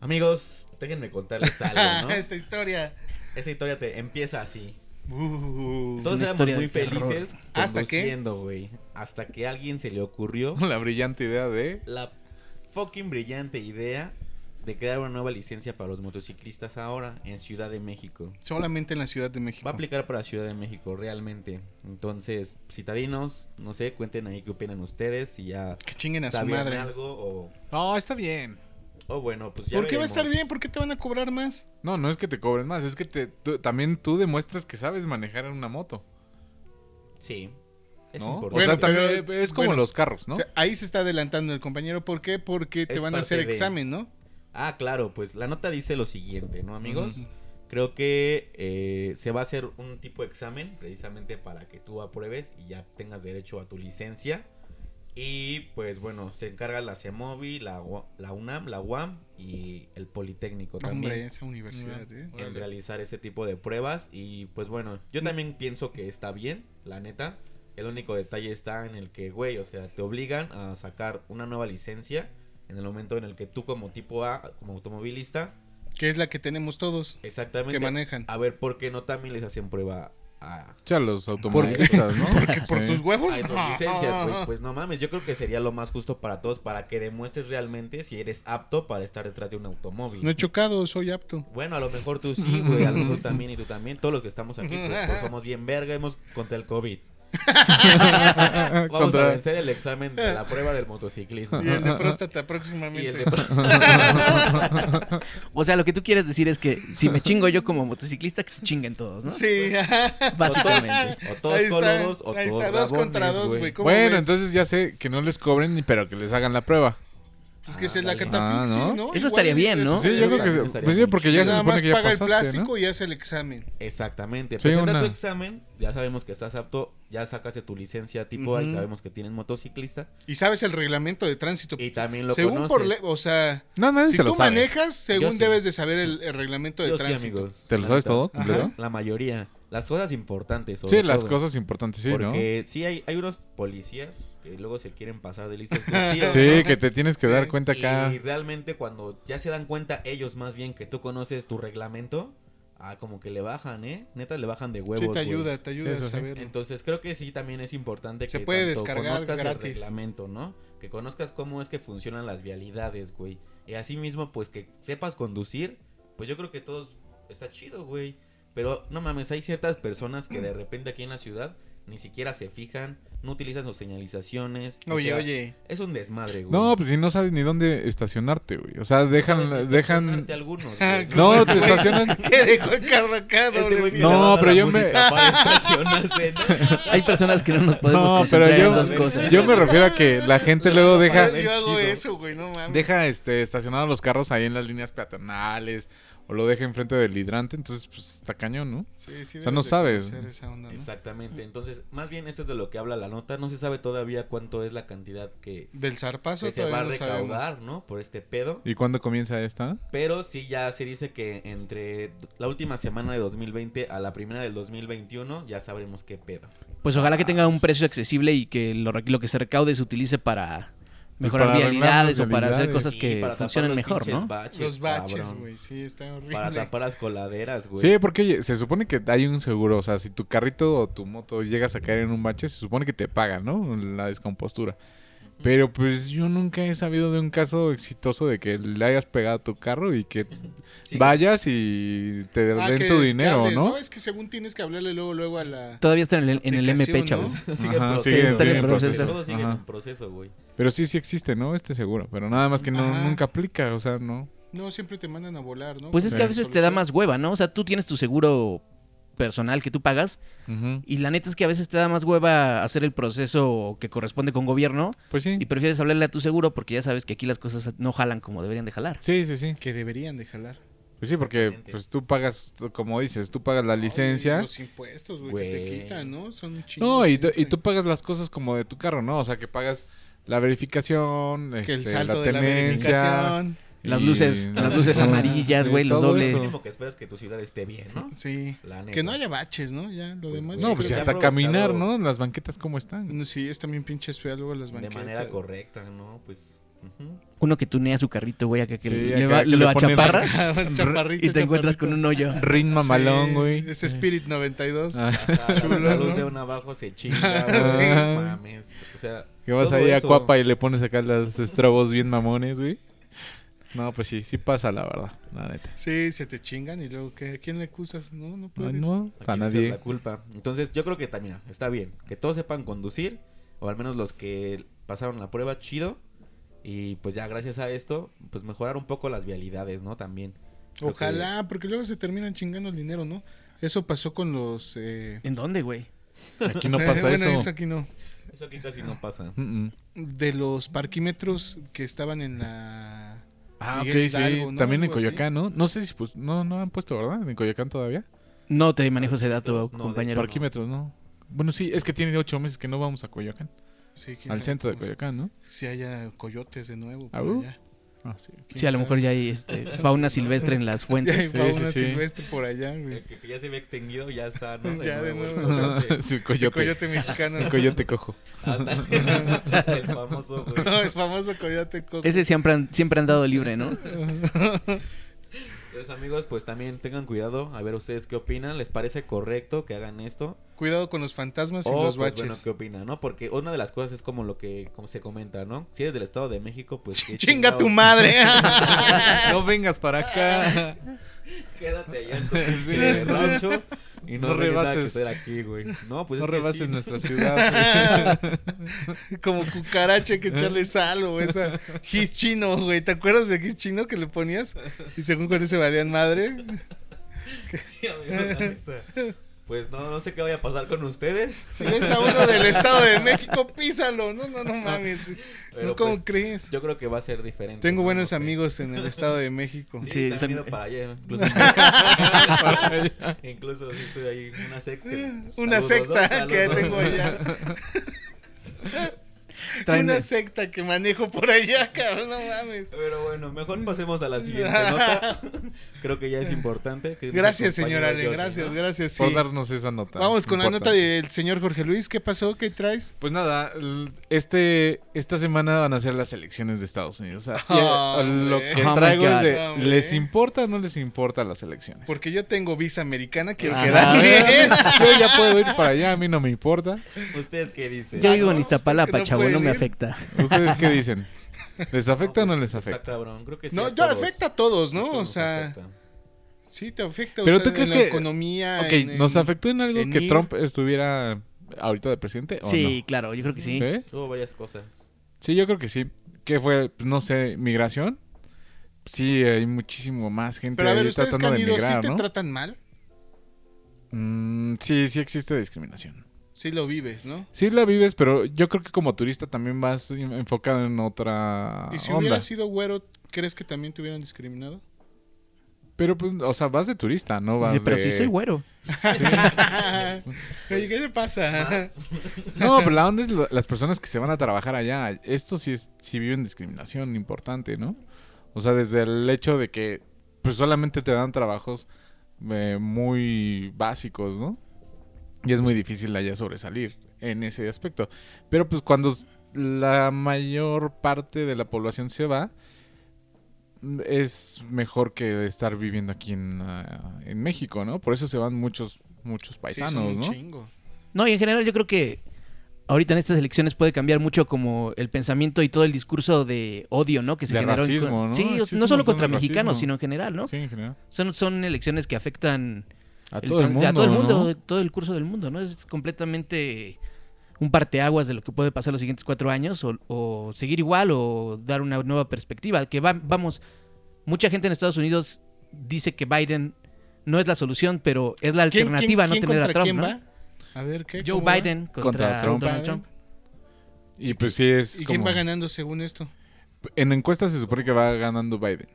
[SPEAKER 2] Amigos, déjenme contarles algo,
[SPEAKER 1] *laughs*
[SPEAKER 2] ¿no?
[SPEAKER 1] Ah, Esta historia.
[SPEAKER 2] Esa historia te empieza así.
[SPEAKER 1] Uh,
[SPEAKER 2] Todos
[SPEAKER 4] una
[SPEAKER 2] éramos
[SPEAKER 4] historia
[SPEAKER 2] muy
[SPEAKER 4] de terror.
[SPEAKER 2] felices
[SPEAKER 1] ¿Hasta qué?
[SPEAKER 2] conduciendo, güey. Hasta que a alguien se
[SPEAKER 1] *laughs*
[SPEAKER 2] le ocurrió
[SPEAKER 3] La brillante idea de.
[SPEAKER 2] la fucking brillante idea de crear una nueva licencia para los motociclistas ahora en Ciudad de México.
[SPEAKER 1] solamente en la Ciudad de México.
[SPEAKER 2] Va a aplicar para Ciudad de México realmente. Entonces, citadinos, no sé, cuenten ahí qué opinan ustedes si ya
[SPEAKER 1] Que chinguen a su
[SPEAKER 2] sabían
[SPEAKER 1] madre.
[SPEAKER 2] algo o,
[SPEAKER 3] No, está bien.
[SPEAKER 2] o bueno, pues ya
[SPEAKER 1] ¿Por qué va a estar
[SPEAKER 2] veremos.
[SPEAKER 1] bien? ¿Por qué te van a cobrar más?
[SPEAKER 3] No, no es que te cobren más, es que te, tú- también tú demuestras que sabes manejar una moto.
[SPEAKER 2] Sí. Es
[SPEAKER 3] ¿no?
[SPEAKER 2] importante.
[SPEAKER 3] o sea,
[SPEAKER 1] Bueno,
[SPEAKER 3] también
[SPEAKER 1] pero-
[SPEAKER 3] es como
[SPEAKER 1] bueno,
[SPEAKER 3] los carros, ¿no?
[SPEAKER 1] O sea, ahí se está adelantando el compañero. ¿Por qué? Porque te
[SPEAKER 2] Es
[SPEAKER 1] van a hacer
[SPEAKER 2] parte de-
[SPEAKER 1] examen, ¿no?
[SPEAKER 2] Ah, claro, pues la nota dice lo siguiente, ¿no, amigos?
[SPEAKER 1] Ujú.
[SPEAKER 2] Creo que eh, se va a hacer un tipo de examen precisamente para que tú apruebes y ya tengas derecho a tu licencia. Y pues bueno, se encarga la E CEMOVI, la, UA- la UNAM, la UAM y el Politécnico también
[SPEAKER 1] Hombre, esa universidad, ¿eh?
[SPEAKER 2] en realizar ese tipo de pruebas. Y pues bueno, yo también pienso que está bien, la neta. El único detalle está en el que, güey, o sea, te obligan a sacar una nueva licencia en el momento en el que tú como tipo A, como automovilista,
[SPEAKER 1] Que es la que tenemos todos.
[SPEAKER 2] *laughs* exactamente...
[SPEAKER 1] Que manejan.
[SPEAKER 2] A ver, ¿por qué no también les hacen prueba a,
[SPEAKER 3] O sea, los automovilistas, ¿no?
[SPEAKER 1] Porque por
[SPEAKER 3] Sí.
[SPEAKER 1] tus huevos.
[SPEAKER 2] a esas licencias, güey? Pues no mames, yo creo que sería lo más justo para todos para que demuestres realmente si eres apto para estar detrás de un automóvil.
[SPEAKER 1] No he chocado, soy apto.
[SPEAKER 2] *laughs* Bueno, a lo mejor tú sí, güey, a lo
[SPEAKER 3] *laughs*
[SPEAKER 2] mejor también y tú también. Todos los que estamos aquí, pues, pues, somos bien verga, hemos contra
[SPEAKER 1] *laughs*
[SPEAKER 2] el COVID. Vamos
[SPEAKER 3] Contra-
[SPEAKER 2] a vencer el examen de la prueba del
[SPEAKER 1] *laughs*
[SPEAKER 2] motociclismo.
[SPEAKER 1] Y el de próstata próximamente.
[SPEAKER 2] *laughs* Y el de- *laughs*
[SPEAKER 1] *laughs*
[SPEAKER 4] O sea, lo que tú quieres decir es que si me chingo yo como motociclista, que se chinguen todos, ¿no? Pues,
[SPEAKER 1] Sí, ajá.
[SPEAKER 4] Básicamente.
[SPEAKER 2] O todos
[SPEAKER 1] ahí está,
[SPEAKER 2] colodos o
[SPEAKER 1] ahí
[SPEAKER 2] todos
[SPEAKER 1] está, dos
[SPEAKER 2] rabones,
[SPEAKER 1] contra dos, güey. *laughs* ¿Cómo
[SPEAKER 3] Bueno,
[SPEAKER 1] ves?
[SPEAKER 3] entonces ya sé que no les cobren, ni- pero que les hagan la prueba.
[SPEAKER 1] Pues que se la
[SPEAKER 2] Ah,
[SPEAKER 1] catapixi,
[SPEAKER 3] ¿no?
[SPEAKER 1] ¿no? Igual
[SPEAKER 4] Eso estaría
[SPEAKER 1] y-
[SPEAKER 4] bien,
[SPEAKER 1] eso
[SPEAKER 4] ¿no?
[SPEAKER 3] Sí,
[SPEAKER 1] estaría
[SPEAKER 3] yo
[SPEAKER 1] bien.
[SPEAKER 3] creo que sí.
[SPEAKER 2] estaría
[SPEAKER 3] Pues sí,
[SPEAKER 2] bien.
[SPEAKER 3] porque ya se
[SPEAKER 1] Nada
[SPEAKER 3] supone
[SPEAKER 1] más
[SPEAKER 3] que ya
[SPEAKER 1] paga
[SPEAKER 3] pasaste,
[SPEAKER 1] el plástico
[SPEAKER 3] ¿no?
[SPEAKER 1] y hace el examen.
[SPEAKER 2] Exactamente.
[SPEAKER 3] Sí,
[SPEAKER 2] Presenta
[SPEAKER 3] una-
[SPEAKER 2] tu examen, ya sabemos que estás apto, ya sacaste tu licencia tipo A y
[SPEAKER 1] Ujú.
[SPEAKER 2] sabemos que tienes motociclista
[SPEAKER 1] Y sabes el reglamento de tránsito.
[SPEAKER 2] y también lo
[SPEAKER 1] según por
[SPEAKER 2] conoces.
[SPEAKER 1] le- o sea,
[SPEAKER 3] No, nadie
[SPEAKER 1] si
[SPEAKER 3] se lo
[SPEAKER 1] tú
[SPEAKER 3] sabe.
[SPEAKER 1] manejas, según
[SPEAKER 2] sí.
[SPEAKER 1] debes de saber el, el reglamento de
[SPEAKER 2] Yo sí,
[SPEAKER 1] tránsito.
[SPEAKER 2] amigos.
[SPEAKER 3] ¿Te lo
[SPEAKER 2] La
[SPEAKER 3] sabes
[SPEAKER 2] neta.
[SPEAKER 3] todo, completo?
[SPEAKER 2] Ajá. La mayoría. Las cosas importantes. sobre
[SPEAKER 3] Sí, las
[SPEAKER 2] todo.
[SPEAKER 3] cosas importantes, sí, ¿no?
[SPEAKER 2] Porque sí hay, hay unos policías que luego se quieren pasar de listos. los tíos,
[SPEAKER 3] Sí,
[SPEAKER 2] ¿no?
[SPEAKER 3] que te tienes que
[SPEAKER 1] Sí.
[SPEAKER 3] dar cuenta acá.
[SPEAKER 2] Y realmente cuando ya se dan cuenta ellos más bien que tú conoces tu reglamento, ah, como que le bajan, ¿eh? Neta le bajan de huevos.
[SPEAKER 1] sí, te
[SPEAKER 2] güey.
[SPEAKER 1] ayuda, te ayuda
[SPEAKER 3] Sí, eso
[SPEAKER 1] a
[SPEAKER 3] sí.
[SPEAKER 1] saberlo.
[SPEAKER 2] Entonces creo que sí también es importante que
[SPEAKER 1] Se puede
[SPEAKER 2] tanto
[SPEAKER 1] descargar
[SPEAKER 2] conozcas el
[SPEAKER 1] gratis.
[SPEAKER 2] reglamento, ¿no? Que conozcas cómo es que funcionan las vialidades, güey. Y asimismo, pues que sepas conducir, pues yo creo que todo está chido, güey. Pero no mames, hay ciertas personas que de repente aquí en la ciudad ni siquiera se fijan, no utilizan sus señalizaciones. o
[SPEAKER 1] Oye,
[SPEAKER 2] sea,
[SPEAKER 1] oye. *laughs*
[SPEAKER 2] Es un desmadre, güey.
[SPEAKER 3] No, pues si no sabes ni dónde estacionarte, güey. O sea, dejan,
[SPEAKER 2] Saben
[SPEAKER 3] dejan.
[SPEAKER 1] *laughs*
[SPEAKER 2] estacionarte algunos,
[SPEAKER 1] Ah,
[SPEAKER 2] güey,
[SPEAKER 3] *laughs* No, te estacionan.
[SPEAKER 1] ¿Qué dejó el carro acá,
[SPEAKER 2] Este
[SPEAKER 1] doble
[SPEAKER 2] güey que
[SPEAKER 1] fila?
[SPEAKER 2] le
[SPEAKER 3] No,
[SPEAKER 2] va a dar
[SPEAKER 3] pero
[SPEAKER 2] la
[SPEAKER 3] yo me-
[SPEAKER 2] música para estacionarse, ¿no?
[SPEAKER 4] Hay personas que no nos podemos
[SPEAKER 3] No,
[SPEAKER 4] concentrar
[SPEAKER 3] pero
[SPEAKER 4] en
[SPEAKER 3] yo,
[SPEAKER 4] dos cosas.
[SPEAKER 3] yo me refiero a que la gente luego deja,
[SPEAKER 1] Yo hago
[SPEAKER 2] chido.
[SPEAKER 1] eso, güey, no mames.
[SPEAKER 3] deja este, estacionados los carros ahí en las líneas peatonales o lo deja enfrente del hidrante, entonces pues está cañón, ¿no?
[SPEAKER 1] Sí, sí
[SPEAKER 3] O sea, no
[SPEAKER 1] debes de
[SPEAKER 3] sabes.
[SPEAKER 1] conocer esa onda, ¿no?
[SPEAKER 2] Exactamente. Entonces, más bien esto es de lo que habla la nota. No se sabe todavía cuánto es la cantidad que,
[SPEAKER 1] Del zarpazo
[SPEAKER 2] que se va a
[SPEAKER 1] todavía no sabemos.
[SPEAKER 2] recaudar, ¿no? Por este pedo.
[SPEAKER 3] ¿Y cuándo comienza esta?
[SPEAKER 2] Pero sí ya se dice que entre la última semana de 2020 a la primera del 2021 ya sabremos qué pedo.
[SPEAKER 4] Pues ojalá que tenga un precio accesible y que lo, re- lo que se recaude se utilice para mejorar
[SPEAKER 3] para arreglar
[SPEAKER 4] vialidades
[SPEAKER 3] las
[SPEAKER 4] o para hacer
[SPEAKER 3] vialidades.
[SPEAKER 4] cosas
[SPEAKER 2] Y
[SPEAKER 4] que
[SPEAKER 2] para tapar
[SPEAKER 4] funcionen
[SPEAKER 2] los
[SPEAKER 4] mejor,
[SPEAKER 2] pinches
[SPEAKER 4] ¿no?
[SPEAKER 2] Baches,
[SPEAKER 1] Los baches,
[SPEAKER 2] cabrón.
[SPEAKER 1] güey. Sí, está horrible.
[SPEAKER 2] Para tapar las coladeras, güey.
[SPEAKER 3] Sí, porque oye, se supone que hay un seguro, o sea, si tu carrito o tu moto llegas a caer en un bache, se supone que te pagan, ¿no? La descompostura. Pero pues yo nunca he sabido de un caso exitoso de que le hayas pegado a tu carro y que
[SPEAKER 2] Sí.
[SPEAKER 3] vayas y te
[SPEAKER 1] Ah, que-
[SPEAKER 3] den
[SPEAKER 1] que
[SPEAKER 3] tu dinero,
[SPEAKER 1] hables,
[SPEAKER 3] ¿no?
[SPEAKER 1] Es que según tienes que hablarle luego, luego a la...
[SPEAKER 4] Todavía está en el, en el MP,
[SPEAKER 1] Aplicación, ¿no?
[SPEAKER 4] chavos.
[SPEAKER 2] Sigue
[SPEAKER 3] Ajá,
[SPEAKER 2] en proceso.
[SPEAKER 3] sigue-
[SPEAKER 4] Están en
[SPEAKER 3] sigue en
[SPEAKER 4] proceso.
[SPEAKER 2] Todo sigue
[SPEAKER 3] Ajá.
[SPEAKER 2] en proceso, güey.
[SPEAKER 3] Pero sí, sí existe, ¿no? Este seguro. Pero nada más que no,
[SPEAKER 1] Ajá.
[SPEAKER 3] nunca aplica, o sea, no.
[SPEAKER 1] No, siempre te mandan a volar, ¿no?
[SPEAKER 4] Pues es que a
[SPEAKER 3] Sí.
[SPEAKER 4] veces te da más hueva, ¿no? O sea, tú tienes tu seguro personal que tú pagas
[SPEAKER 3] Ujú.
[SPEAKER 4] y la neta es que a veces te da más hueva hacer el proceso que corresponde con gobierno
[SPEAKER 3] Pues sí.
[SPEAKER 4] y prefieres hablarle a tu seguro porque ya sabes que aquí las cosas no jalan como deberían de jalar.
[SPEAKER 3] Sí, sí, sí.
[SPEAKER 1] Que deberían de jalar.
[SPEAKER 3] Pues sí, porque
[SPEAKER 2] Exactamente.
[SPEAKER 3] pues tú pagas, tú- como dices, tú pagas la
[SPEAKER 1] Ay,
[SPEAKER 3] licencia.
[SPEAKER 1] Los impuestos, güey, que te
[SPEAKER 2] Güey.
[SPEAKER 1] quitan, ¿no? Son un chingo
[SPEAKER 3] No, y, tú-
[SPEAKER 1] siempre.
[SPEAKER 3] y tú pagas las cosas como de tu carro, ¿no? O sea, que pagas la verificación,
[SPEAKER 1] Que el
[SPEAKER 3] este,
[SPEAKER 1] salto
[SPEAKER 3] la
[SPEAKER 1] de la
[SPEAKER 3] tenencia.
[SPEAKER 1] verificación.
[SPEAKER 4] Las
[SPEAKER 3] y-
[SPEAKER 4] luces- las luces
[SPEAKER 3] Sí,
[SPEAKER 4] amarillas, güey, los
[SPEAKER 3] todo
[SPEAKER 4] dobles.
[SPEAKER 2] Lo
[SPEAKER 3] eso.
[SPEAKER 2] mínimo que esperas que tu ciudad esté bien, ¿no?
[SPEAKER 1] Sí.
[SPEAKER 2] La neta.
[SPEAKER 1] Que no haya baches, ¿no? Ya, lo
[SPEAKER 2] Pues,
[SPEAKER 1] demás.
[SPEAKER 2] güey,
[SPEAKER 1] yo
[SPEAKER 3] No, pues
[SPEAKER 1] creo
[SPEAKER 3] y
[SPEAKER 2] se ha
[SPEAKER 3] hasta
[SPEAKER 2] aprovechado-
[SPEAKER 3] caminar, ¿no? Las banquetas, ¿cómo
[SPEAKER 1] que-
[SPEAKER 3] están?
[SPEAKER 1] No, Sí, está bien pinche fea luego las
[SPEAKER 2] De
[SPEAKER 1] banquetas.
[SPEAKER 2] manera correcta, ¿no? Pues. ujú.
[SPEAKER 4] Uno que tunea su carrito, güey, acá que
[SPEAKER 3] Sí,
[SPEAKER 4] le,
[SPEAKER 3] acá
[SPEAKER 4] va-
[SPEAKER 3] que
[SPEAKER 4] lo
[SPEAKER 3] le pone
[SPEAKER 4] achaparras
[SPEAKER 1] *laughs*
[SPEAKER 3] *laughs*
[SPEAKER 1] Un chaparrito,
[SPEAKER 4] y te encuentras
[SPEAKER 1] chaparrito.
[SPEAKER 4] con un hoyo.
[SPEAKER 3] Rin mamalón,
[SPEAKER 1] Sí,
[SPEAKER 3] güey.
[SPEAKER 1] Es Spirit 92.
[SPEAKER 3] Ah,
[SPEAKER 2] Ajá, la-
[SPEAKER 1] Chulo,
[SPEAKER 2] la luz
[SPEAKER 1] ¿no?
[SPEAKER 2] de un abajo
[SPEAKER 1] *laughs*
[SPEAKER 2] se chinga, güey.
[SPEAKER 3] Sí.
[SPEAKER 2] No mames. O sea.
[SPEAKER 3] que vas
[SPEAKER 2] todo
[SPEAKER 3] ahí a
[SPEAKER 2] eso-
[SPEAKER 3] Cuapa y le pones acá las estrobos bien mamones, güey. No, pues sí, sí pasa, la verdad. La neta.
[SPEAKER 1] Sí, se te chingan y luego, ¿qué? ¿a quién le acusas? No, Pues, no
[SPEAKER 3] No,
[SPEAKER 1] puedes.
[SPEAKER 3] Ah, no,
[SPEAKER 2] ¿A
[SPEAKER 3] a
[SPEAKER 2] quién le echas
[SPEAKER 3] nadie.
[SPEAKER 2] La culpa. Entonces, yo creo que también está bien. Que todos sepan conducir, o al menos los que pasaron la prueba, chido. Y pues ya gracias a esto, pues mejorar un poco las vialidades, ¿no? También. Creo
[SPEAKER 1] Ojalá, porque luego se terminan chingando el dinero, ¿no? Eso pasó con los... eh,
[SPEAKER 4] ¿En dónde, güey?
[SPEAKER 1] *laughs*
[SPEAKER 3] Aquí no pasa
[SPEAKER 1] bueno,
[SPEAKER 3] eso.
[SPEAKER 1] aquí no.
[SPEAKER 2] que Eso aquí casi
[SPEAKER 1] *laughs*
[SPEAKER 2] no pasa.
[SPEAKER 3] Mm, mm.
[SPEAKER 1] De los parquímetros que estaban en la...
[SPEAKER 3] Ah,
[SPEAKER 1] Miguel
[SPEAKER 3] ok, sí.
[SPEAKER 1] Hidalgo, ¿no?
[SPEAKER 3] También en
[SPEAKER 1] Algo así.
[SPEAKER 3] Coyoacán, ¿no? No sé si pues no, no han puesto, ¿verdad? En Coyoacán todavía.
[SPEAKER 4] No te manejo ese dato,
[SPEAKER 2] No, de
[SPEAKER 4] compañero.
[SPEAKER 2] hecho, no.
[SPEAKER 3] Parquímetros, ¿no? Bueno, sí, es que tiene ocho meses que no vamos a Coyoacán.
[SPEAKER 1] Sí, quién
[SPEAKER 3] Al
[SPEAKER 1] sabe
[SPEAKER 3] centro de
[SPEAKER 1] cómo se-
[SPEAKER 3] Coyoacán, ¿no?
[SPEAKER 1] Si haya coyotes de nuevo. por
[SPEAKER 3] Ah, uh.
[SPEAKER 1] allá.
[SPEAKER 3] Ah, *laughs* sí.
[SPEAKER 1] ¿Quién
[SPEAKER 4] Sí, a lo
[SPEAKER 1] sabe?
[SPEAKER 4] mejor ya hay este, fauna silvestre en las
[SPEAKER 1] Ya hay
[SPEAKER 4] fuentes.
[SPEAKER 3] Sí,
[SPEAKER 1] fauna
[SPEAKER 3] sí, sí.
[SPEAKER 1] silvestre por allá,
[SPEAKER 2] El
[SPEAKER 1] güey.
[SPEAKER 2] que ya se había extinguido, ya está,
[SPEAKER 1] *laughs*
[SPEAKER 2] ¿no?
[SPEAKER 1] Ya de nuevo.
[SPEAKER 2] Creo que-
[SPEAKER 3] *laughs* Sí, el
[SPEAKER 1] El
[SPEAKER 3] coyote.
[SPEAKER 1] coyote mexicano.
[SPEAKER 3] *laughs* El coyote cojo.
[SPEAKER 2] Ándale. *laughs* El famoso,
[SPEAKER 1] *laughs*
[SPEAKER 2] güey.
[SPEAKER 1] No, el famoso coyote coco.
[SPEAKER 4] Ese siempre han, siempre han dado libre, ¿no?
[SPEAKER 2] Entonces, amigos, pues también tengan cuidado. A ver ustedes qué opinan. ¿Les parece correcto que hagan esto?
[SPEAKER 1] Cuidado con los fantasmas y
[SPEAKER 3] Oh,
[SPEAKER 2] O,
[SPEAKER 1] los
[SPEAKER 2] pues,
[SPEAKER 1] baches.
[SPEAKER 2] bueno, ¿qué opinan, no? Porque una de las cosas es como lo que como se comenta, ¿no? Si eres del Estado de México,
[SPEAKER 1] *laughs*
[SPEAKER 2] pues... qué
[SPEAKER 1] ¡Chinga tu
[SPEAKER 2] chingados.
[SPEAKER 1] madre!
[SPEAKER 3] *laughs* No vengas para *laughs* acá.
[SPEAKER 2] Quédate allá *laughs* en tu pinche
[SPEAKER 3] Sí.
[SPEAKER 2] rancho y no,
[SPEAKER 3] No
[SPEAKER 2] rebases.
[SPEAKER 3] rebases.
[SPEAKER 2] aquí, güey. No, pues
[SPEAKER 3] No
[SPEAKER 2] es que
[SPEAKER 3] rebases
[SPEAKER 2] sí.
[SPEAKER 3] *laughs* nuestra ciudad.
[SPEAKER 1] *laughs* Como cucaracha hay que echarle sal o esa gis chino, güey. ¿Te acuerdas de gis chino que le ponías? Y según con ese valían madre.
[SPEAKER 2] *laughs* Sí, amigo, la neta. Pues no, no sé qué vaya a pasar con ustedes.
[SPEAKER 1] Si ves a uno del Estado de México, písalo. No, no, no mames, güey.
[SPEAKER 2] Pero,
[SPEAKER 1] No, ¿Cómo
[SPEAKER 2] pues,
[SPEAKER 1] crees?
[SPEAKER 2] Yo creo que va a ser diferente.
[SPEAKER 1] Tengo
[SPEAKER 2] ¿no?
[SPEAKER 1] buenos
[SPEAKER 2] No sé.
[SPEAKER 1] amigos en el Estado de México.
[SPEAKER 4] Sí,
[SPEAKER 2] Sí, también
[SPEAKER 4] son-
[SPEAKER 2] iba para allá.
[SPEAKER 1] *laughs*
[SPEAKER 2] Incluso, incluso *laughs* sí estoy ahí en una secta.
[SPEAKER 1] Eh, Una
[SPEAKER 2] Saludos,
[SPEAKER 1] secta
[SPEAKER 2] ¿no?
[SPEAKER 1] que
[SPEAKER 2] Saludos.
[SPEAKER 1] tengo
[SPEAKER 3] *laughs*
[SPEAKER 1] allá.
[SPEAKER 4] Traen-
[SPEAKER 1] Una secta que manejo por allá, cabrón, no mames.
[SPEAKER 2] Pero bueno, mejor pasemos a la siguiente
[SPEAKER 1] *laughs*
[SPEAKER 2] nota. Creo que ya es importante. que nuestro
[SPEAKER 1] Gracias, señor
[SPEAKER 2] compañero
[SPEAKER 1] Ale,
[SPEAKER 2] Jordi,
[SPEAKER 1] gracias,
[SPEAKER 2] ¿no?
[SPEAKER 1] gracias. sí.
[SPEAKER 3] Por darnos esa nota.
[SPEAKER 1] Vamos con la nota
[SPEAKER 3] Importante.
[SPEAKER 1] del señor Jorge Luis. ¿Qué pasó? ¿Qué traes?
[SPEAKER 3] Pues nada, l- este, esta semana van a ser las elecciones de Estados Unidos. O sea,
[SPEAKER 1] Oh,
[SPEAKER 3] ya- lo
[SPEAKER 1] hombre.
[SPEAKER 3] que
[SPEAKER 4] Oh, my
[SPEAKER 3] traigo es de,
[SPEAKER 1] God.
[SPEAKER 3] ¿les importa o no les importa las elecciones? *laughs*
[SPEAKER 1] Porque yo tengo visa americana, quiero
[SPEAKER 4] Ajá.
[SPEAKER 1] quedar bien.
[SPEAKER 3] Yo ya puedo ir para allá, a mí no me importa.
[SPEAKER 2] ¿Ustedes qué dicen?
[SPEAKER 4] Yo vivo en
[SPEAKER 1] no,
[SPEAKER 4] Iztapalapa,
[SPEAKER 1] ustedes que no
[SPEAKER 4] chavo, no
[SPEAKER 1] pueden
[SPEAKER 4] me
[SPEAKER 1] ir.
[SPEAKER 4] afecta.
[SPEAKER 3] ¿Ustedes qué dicen? ¿Les afecta o no
[SPEAKER 2] pues,
[SPEAKER 3] les
[SPEAKER 2] Está
[SPEAKER 3] afecta?
[SPEAKER 2] cabrón, creo que sí.
[SPEAKER 1] No,
[SPEAKER 2] a
[SPEAKER 1] yo
[SPEAKER 2] todos.
[SPEAKER 1] afecta a todos,
[SPEAKER 2] A
[SPEAKER 1] ¿no?
[SPEAKER 2] todos
[SPEAKER 1] O
[SPEAKER 2] nos
[SPEAKER 1] sea,
[SPEAKER 2] afecta.
[SPEAKER 1] sí te afecta. o
[SPEAKER 3] Pero
[SPEAKER 1] sea,
[SPEAKER 3] tú crees
[SPEAKER 1] en la
[SPEAKER 3] que-
[SPEAKER 1] economía.
[SPEAKER 3] Ok,
[SPEAKER 1] en-
[SPEAKER 3] ¿nos
[SPEAKER 1] en-
[SPEAKER 3] afectó en algo
[SPEAKER 1] en
[SPEAKER 3] que
[SPEAKER 1] ir?
[SPEAKER 3] Trump estuviera ahorita de presidente? ¿o
[SPEAKER 4] Sí, claro, yo creo que
[SPEAKER 3] no?
[SPEAKER 4] sí.
[SPEAKER 3] ¿Sí?
[SPEAKER 2] Hubo varias cosas.
[SPEAKER 3] Sí, yo creo que sí. ¿Qué fue? Pues, No sé, migración. Sí, hay muchísimo más gente
[SPEAKER 1] Pero a ver,
[SPEAKER 3] ahí
[SPEAKER 1] ustedes que han
[SPEAKER 3] tratando de
[SPEAKER 1] ido, ¿sí
[SPEAKER 3] migrar,
[SPEAKER 1] te
[SPEAKER 3] ¿no?
[SPEAKER 1] tratan mal?
[SPEAKER 3] Mm, sí, sí existe discriminación.
[SPEAKER 1] Sí lo vives, ¿no?
[SPEAKER 3] Sí la vives, pero yo creo que como turista también vas en- enfocado en otra
[SPEAKER 1] Y si
[SPEAKER 3] onda.
[SPEAKER 1] hubiera sido güero, ¿crees que también te hubieran discriminado?
[SPEAKER 3] Pero pues, o sea, vas de turista, no vas
[SPEAKER 4] Dice, pero
[SPEAKER 3] de...
[SPEAKER 4] sí soy güero.
[SPEAKER 3] Sí.
[SPEAKER 1] Oye, ¿qué le pasa?
[SPEAKER 3] No, pero la onda es lo- las personas que se van a trabajar allá. Esto sí, es, sí viven discriminación importante, ¿no? O sea, desde el hecho de que pues solamente te dan trabajos eh, muy básicos, ¿no? Y es muy difícil allá sobresalir en ese aspecto. Pero pues cuando s- la mayor parte de la población se va, mm, es mejor que estar viviendo aquí en, ah, en México, ¿no? Por eso se van muchos, muchos paisanos, ¿no?
[SPEAKER 1] chingo.
[SPEAKER 4] No, y en general yo creo que ahorita en estas elecciones puede cambiar mucho como el pensamiento y todo el discurso de odio, ¿no? Que se
[SPEAKER 3] De
[SPEAKER 4] generó. en
[SPEAKER 3] racismo, ¿no?
[SPEAKER 4] Sí, o-
[SPEAKER 3] Existe
[SPEAKER 4] no
[SPEAKER 3] un montón
[SPEAKER 4] solo
[SPEAKER 3] de
[SPEAKER 4] contra mexicanos,
[SPEAKER 3] racismo.
[SPEAKER 4] sino en general, ¿no?
[SPEAKER 3] Sí, en general.
[SPEAKER 4] Son, son elecciones que afectan
[SPEAKER 3] A
[SPEAKER 4] el
[SPEAKER 3] todo el,
[SPEAKER 4] tran-
[SPEAKER 3] mundo.
[SPEAKER 4] a todo el mundo,
[SPEAKER 3] ¿no?
[SPEAKER 4] todo el curso del mundo, ¿no? Es completamente un parteaguas de lo que puede pasar los siguientes cuatro años o, o seguir igual o dar una nueva perspectiva. Que va- vamos, mucha gente en Estados Unidos dice que Biden no es la solución, pero es la
[SPEAKER 1] ¿Quién- quién-
[SPEAKER 4] alternativa a no
[SPEAKER 1] quién
[SPEAKER 4] tener a
[SPEAKER 1] contra
[SPEAKER 4] Trump,
[SPEAKER 1] quién
[SPEAKER 4] ¿no?
[SPEAKER 1] va? A ver, ¿qué?
[SPEAKER 4] Joe
[SPEAKER 1] ¿Cómo va?
[SPEAKER 4] Biden contra,
[SPEAKER 3] Contra Trump.
[SPEAKER 4] Donald Trump.
[SPEAKER 3] Y pues sí es
[SPEAKER 1] ¿Y
[SPEAKER 3] como...
[SPEAKER 1] quién va ganando según esto?
[SPEAKER 3] En encuestas se supone que va ganando Biden.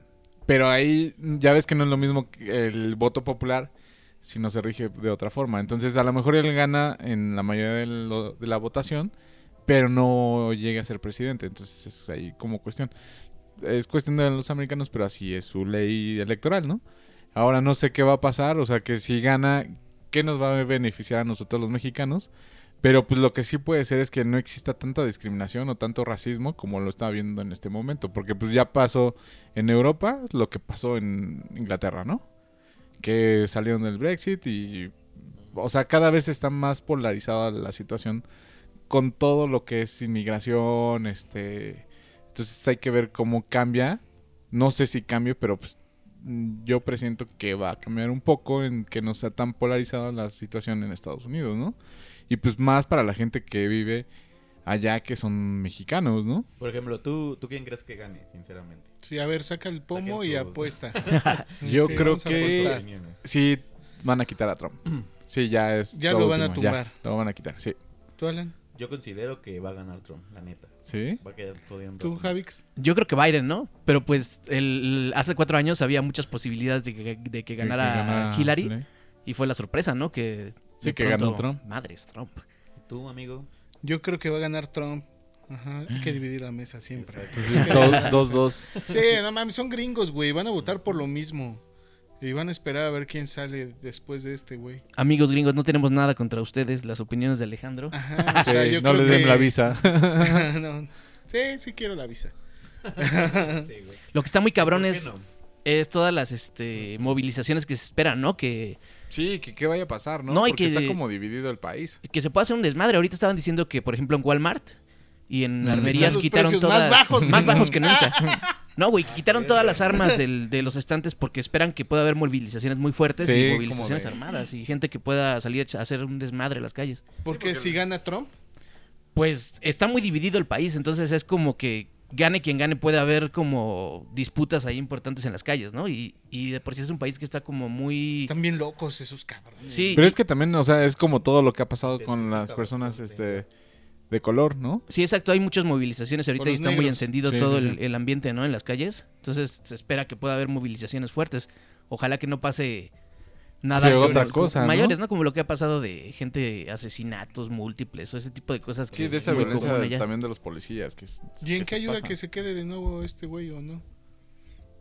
[SPEAKER 3] Pero ahí ya ves que no es lo mismo que el voto popular si no se rige de otra forma. Entonces a lo mejor él gana en la mayoría de, lo- de la votación, pero no llega a ser presidente. Entonces es ahí como cuestión. Es cuestión de los americanos, pero así es su ley electoral, ¿no? Ahora no sé qué va a pasar, o sea que si gana, ¿qué nos va a beneficiar a nosotros los mexicanos? Pero pues lo que sí puede ser es que no exista tanta discriminación o tanto racismo como lo está viendo en este momento. Porque pues ya pasó en Europa lo que pasó en Inglaterra, ¿no? Que salieron del Brexit y... O sea, cada vez está más polarizada la situación con todo lo que es inmigración, este... Entonces hay que ver cómo cambia. No sé si cambie, pero pues mm, yo presiento que va a cambiar un poco en que no sea tan polarizada la situación en Estados Unidos, ¿no? Y pues más para la gente que vive allá que son mexicanos, ¿no?
[SPEAKER 2] Por ejemplo, ¿tú, ¿tú quién crees que gane, sinceramente?
[SPEAKER 1] Sí, a ver, saca el pomo
[SPEAKER 2] Saquen
[SPEAKER 1] y
[SPEAKER 2] sus-
[SPEAKER 1] apuesta.
[SPEAKER 3] Yo creo
[SPEAKER 1] vamos a
[SPEAKER 3] que-
[SPEAKER 1] apostar.
[SPEAKER 2] Opiniones.
[SPEAKER 3] Sí, van a quitar a Trump. *clears throat* Sí, ya es.
[SPEAKER 1] Ya lo van a
[SPEAKER 3] último, ya,
[SPEAKER 1] tumbar.
[SPEAKER 3] lo van a quitar, sí.
[SPEAKER 1] ¿Tú, Alan?
[SPEAKER 2] Yo considero que va a ganar Trump, la neta.
[SPEAKER 3] ¿Sí?
[SPEAKER 2] Va a quedar todo bien.
[SPEAKER 1] ¿Tú, Javix?
[SPEAKER 4] Yo creo que Biden, ¿no? Pero pues el, hace cuatro años había muchas posibilidades de que, de que ganara Hillary y fue la sorpresa, ¿no? Que
[SPEAKER 3] Sí,
[SPEAKER 4] de
[SPEAKER 3] que ganó
[SPEAKER 4] pronto-
[SPEAKER 3] Trump.
[SPEAKER 4] Madres, Trump.
[SPEAKER 2] ¿Tú, amigo?
[SPEAKER 1] Yo creo que va a ganar Trump. Ajá,
[SPEAKER 3] Mm.
[SPEAKER 1] hay que dividir la mesa siempre.
[SPEAKER 3] *laughs* Entonces, dos, dos, *laughs* dos.
[SPEAKER 1] Sí, no mames, son gringos, güey. Van a votar por lo mismo. Y van a esperar a ver quién sale después de este, güey.
[SPEAKER 4] Amigos gringos, no tenemos nada contra ustedes, las opiniones de Alejandro.
[SPEAKER 1] Ajá, o
[SPEAKER 3] Sí,
[SPEAKER 1] sea, yo
[SPEAKER 3] no le
[SPEAKER 1] creo
[SPEAKER 3] den
[SPEAKER 1] que-
[SPEAKER 3] la visa.
[SPEAKER 1] *laughs* No. Sí, sí quiero la visa. Ah.
[SPEAKER 2] Sí, güey.
[SPEAKER 4] Lo que está muy cabrón
[SPEAKER 2] ¿Por qué
[SPEAKER 4] es,
[SPEAKER 2] no?
[SPEAKER 4] es todas las este, movilizaciones que se esperan, ¿no? Que,
[SPEAKER 3] *laughs* Sí, que qué vaya a pasar, ¿no?
[SPEAKER 4] No, y
[SPEAKER 3] Porque
[SPEAKER 4] que-
[SPEAKER 3] está como dividido el país.
[SPEAKER 4] que se puede hacer un desmadre. Ahorita estaban diciendo que, por ejemplo, en Walmart y en armerías
[SPEAKER 1] los
[SPEAKER 4] quitaron
[SPEAKER 1] precios más
[SPEAKER 4] todas...
[SPEAKER 1] bajos, güey.
[SPEAKER 4] *laughs* más bajos
[SPEAKER 1] *laughs*
[SPEAKER 4] que nunca. No, güey, quitaron todas las armas del- de los estantes porque esperan que pueda haber movilizaciones muy fuertes
[SPEAKER 3] Sí,
[SPEAKER 4] y movilizaciones
[SPEAKER 3] como de-
[SPEAKER 4] armadas y gente que pueda salir a hacer un desmadre en las calles.
[SPEAKER 1] Porque si gana Trump,
[SPEAKER 4] pues está muy dividido el país, entonces es como que gane quien gane puede haber como disputas ahí importantes en las calles, ¿no? Y, y de por sí es un país que está como muy...
[SPEAKER 1] están bien locos esos cabrones.
[SPEAKER 4] Sí,
[SPEAKER 3] Pero
[SPEAKER 4] y-
[SPEAKER 3] es que también, o sea, es como todo lo que ha pasado con
[SPEAKER 2] Densifica
[SPEAKER 3] las personas
[SPEAKER 2] bastante.
[SPEAKER 3] este, de color, ¿no?
[SPEAKER 4] sí, exacto, hay muchas movilizaciones ahorita
[SPEAKER 1] Por
[SPEAKER 4] y
[SPEAKER 1] los
[SPEAKER 4] está muy
[SPEAKER 1] negros.
[SPEAKER 4] encendido
[SPEAKER 3] Sí,
[SPEAKER 4] todo
[SPEAKER 3] sí,
[SPEAKER 4] el,
[SPEAKER 3] sí.
[SPEAKER 4] el ambiente, ¿no? En las calles, entonces se espera que pueda haber movilizaciones fuertes. Ojalá que no pase nada
[SPEAKER 3] Sí, otra
[SPEAKER 4] mayores,
[SPEAKER 3] cosa, ¿no?
[SPEAKER 4] mayores, ¿no? Como lo que ha pasado de gente, asesinatos múltiples o ese tipo de cosas que
[SPEAKER 3] Sí, de
[SPEAKER 4] es
[SPEAKER 3] esa
[SPEAKER 4] muy
[SPEAKER 3] violencia
[SPEAKER 4] común allá.
[SPEAKER 3] también de los policías. Que,
[SPEAKER 1] ¿Y en
[SPEAKER 3] que
[SPEAKER 1] qué
[SPEAKER 3] se
[SPEAKER 1] ayuda
[SPEAKER 3] pasan.
[SPEAKER 1] que se quede de nuevo este güey o no?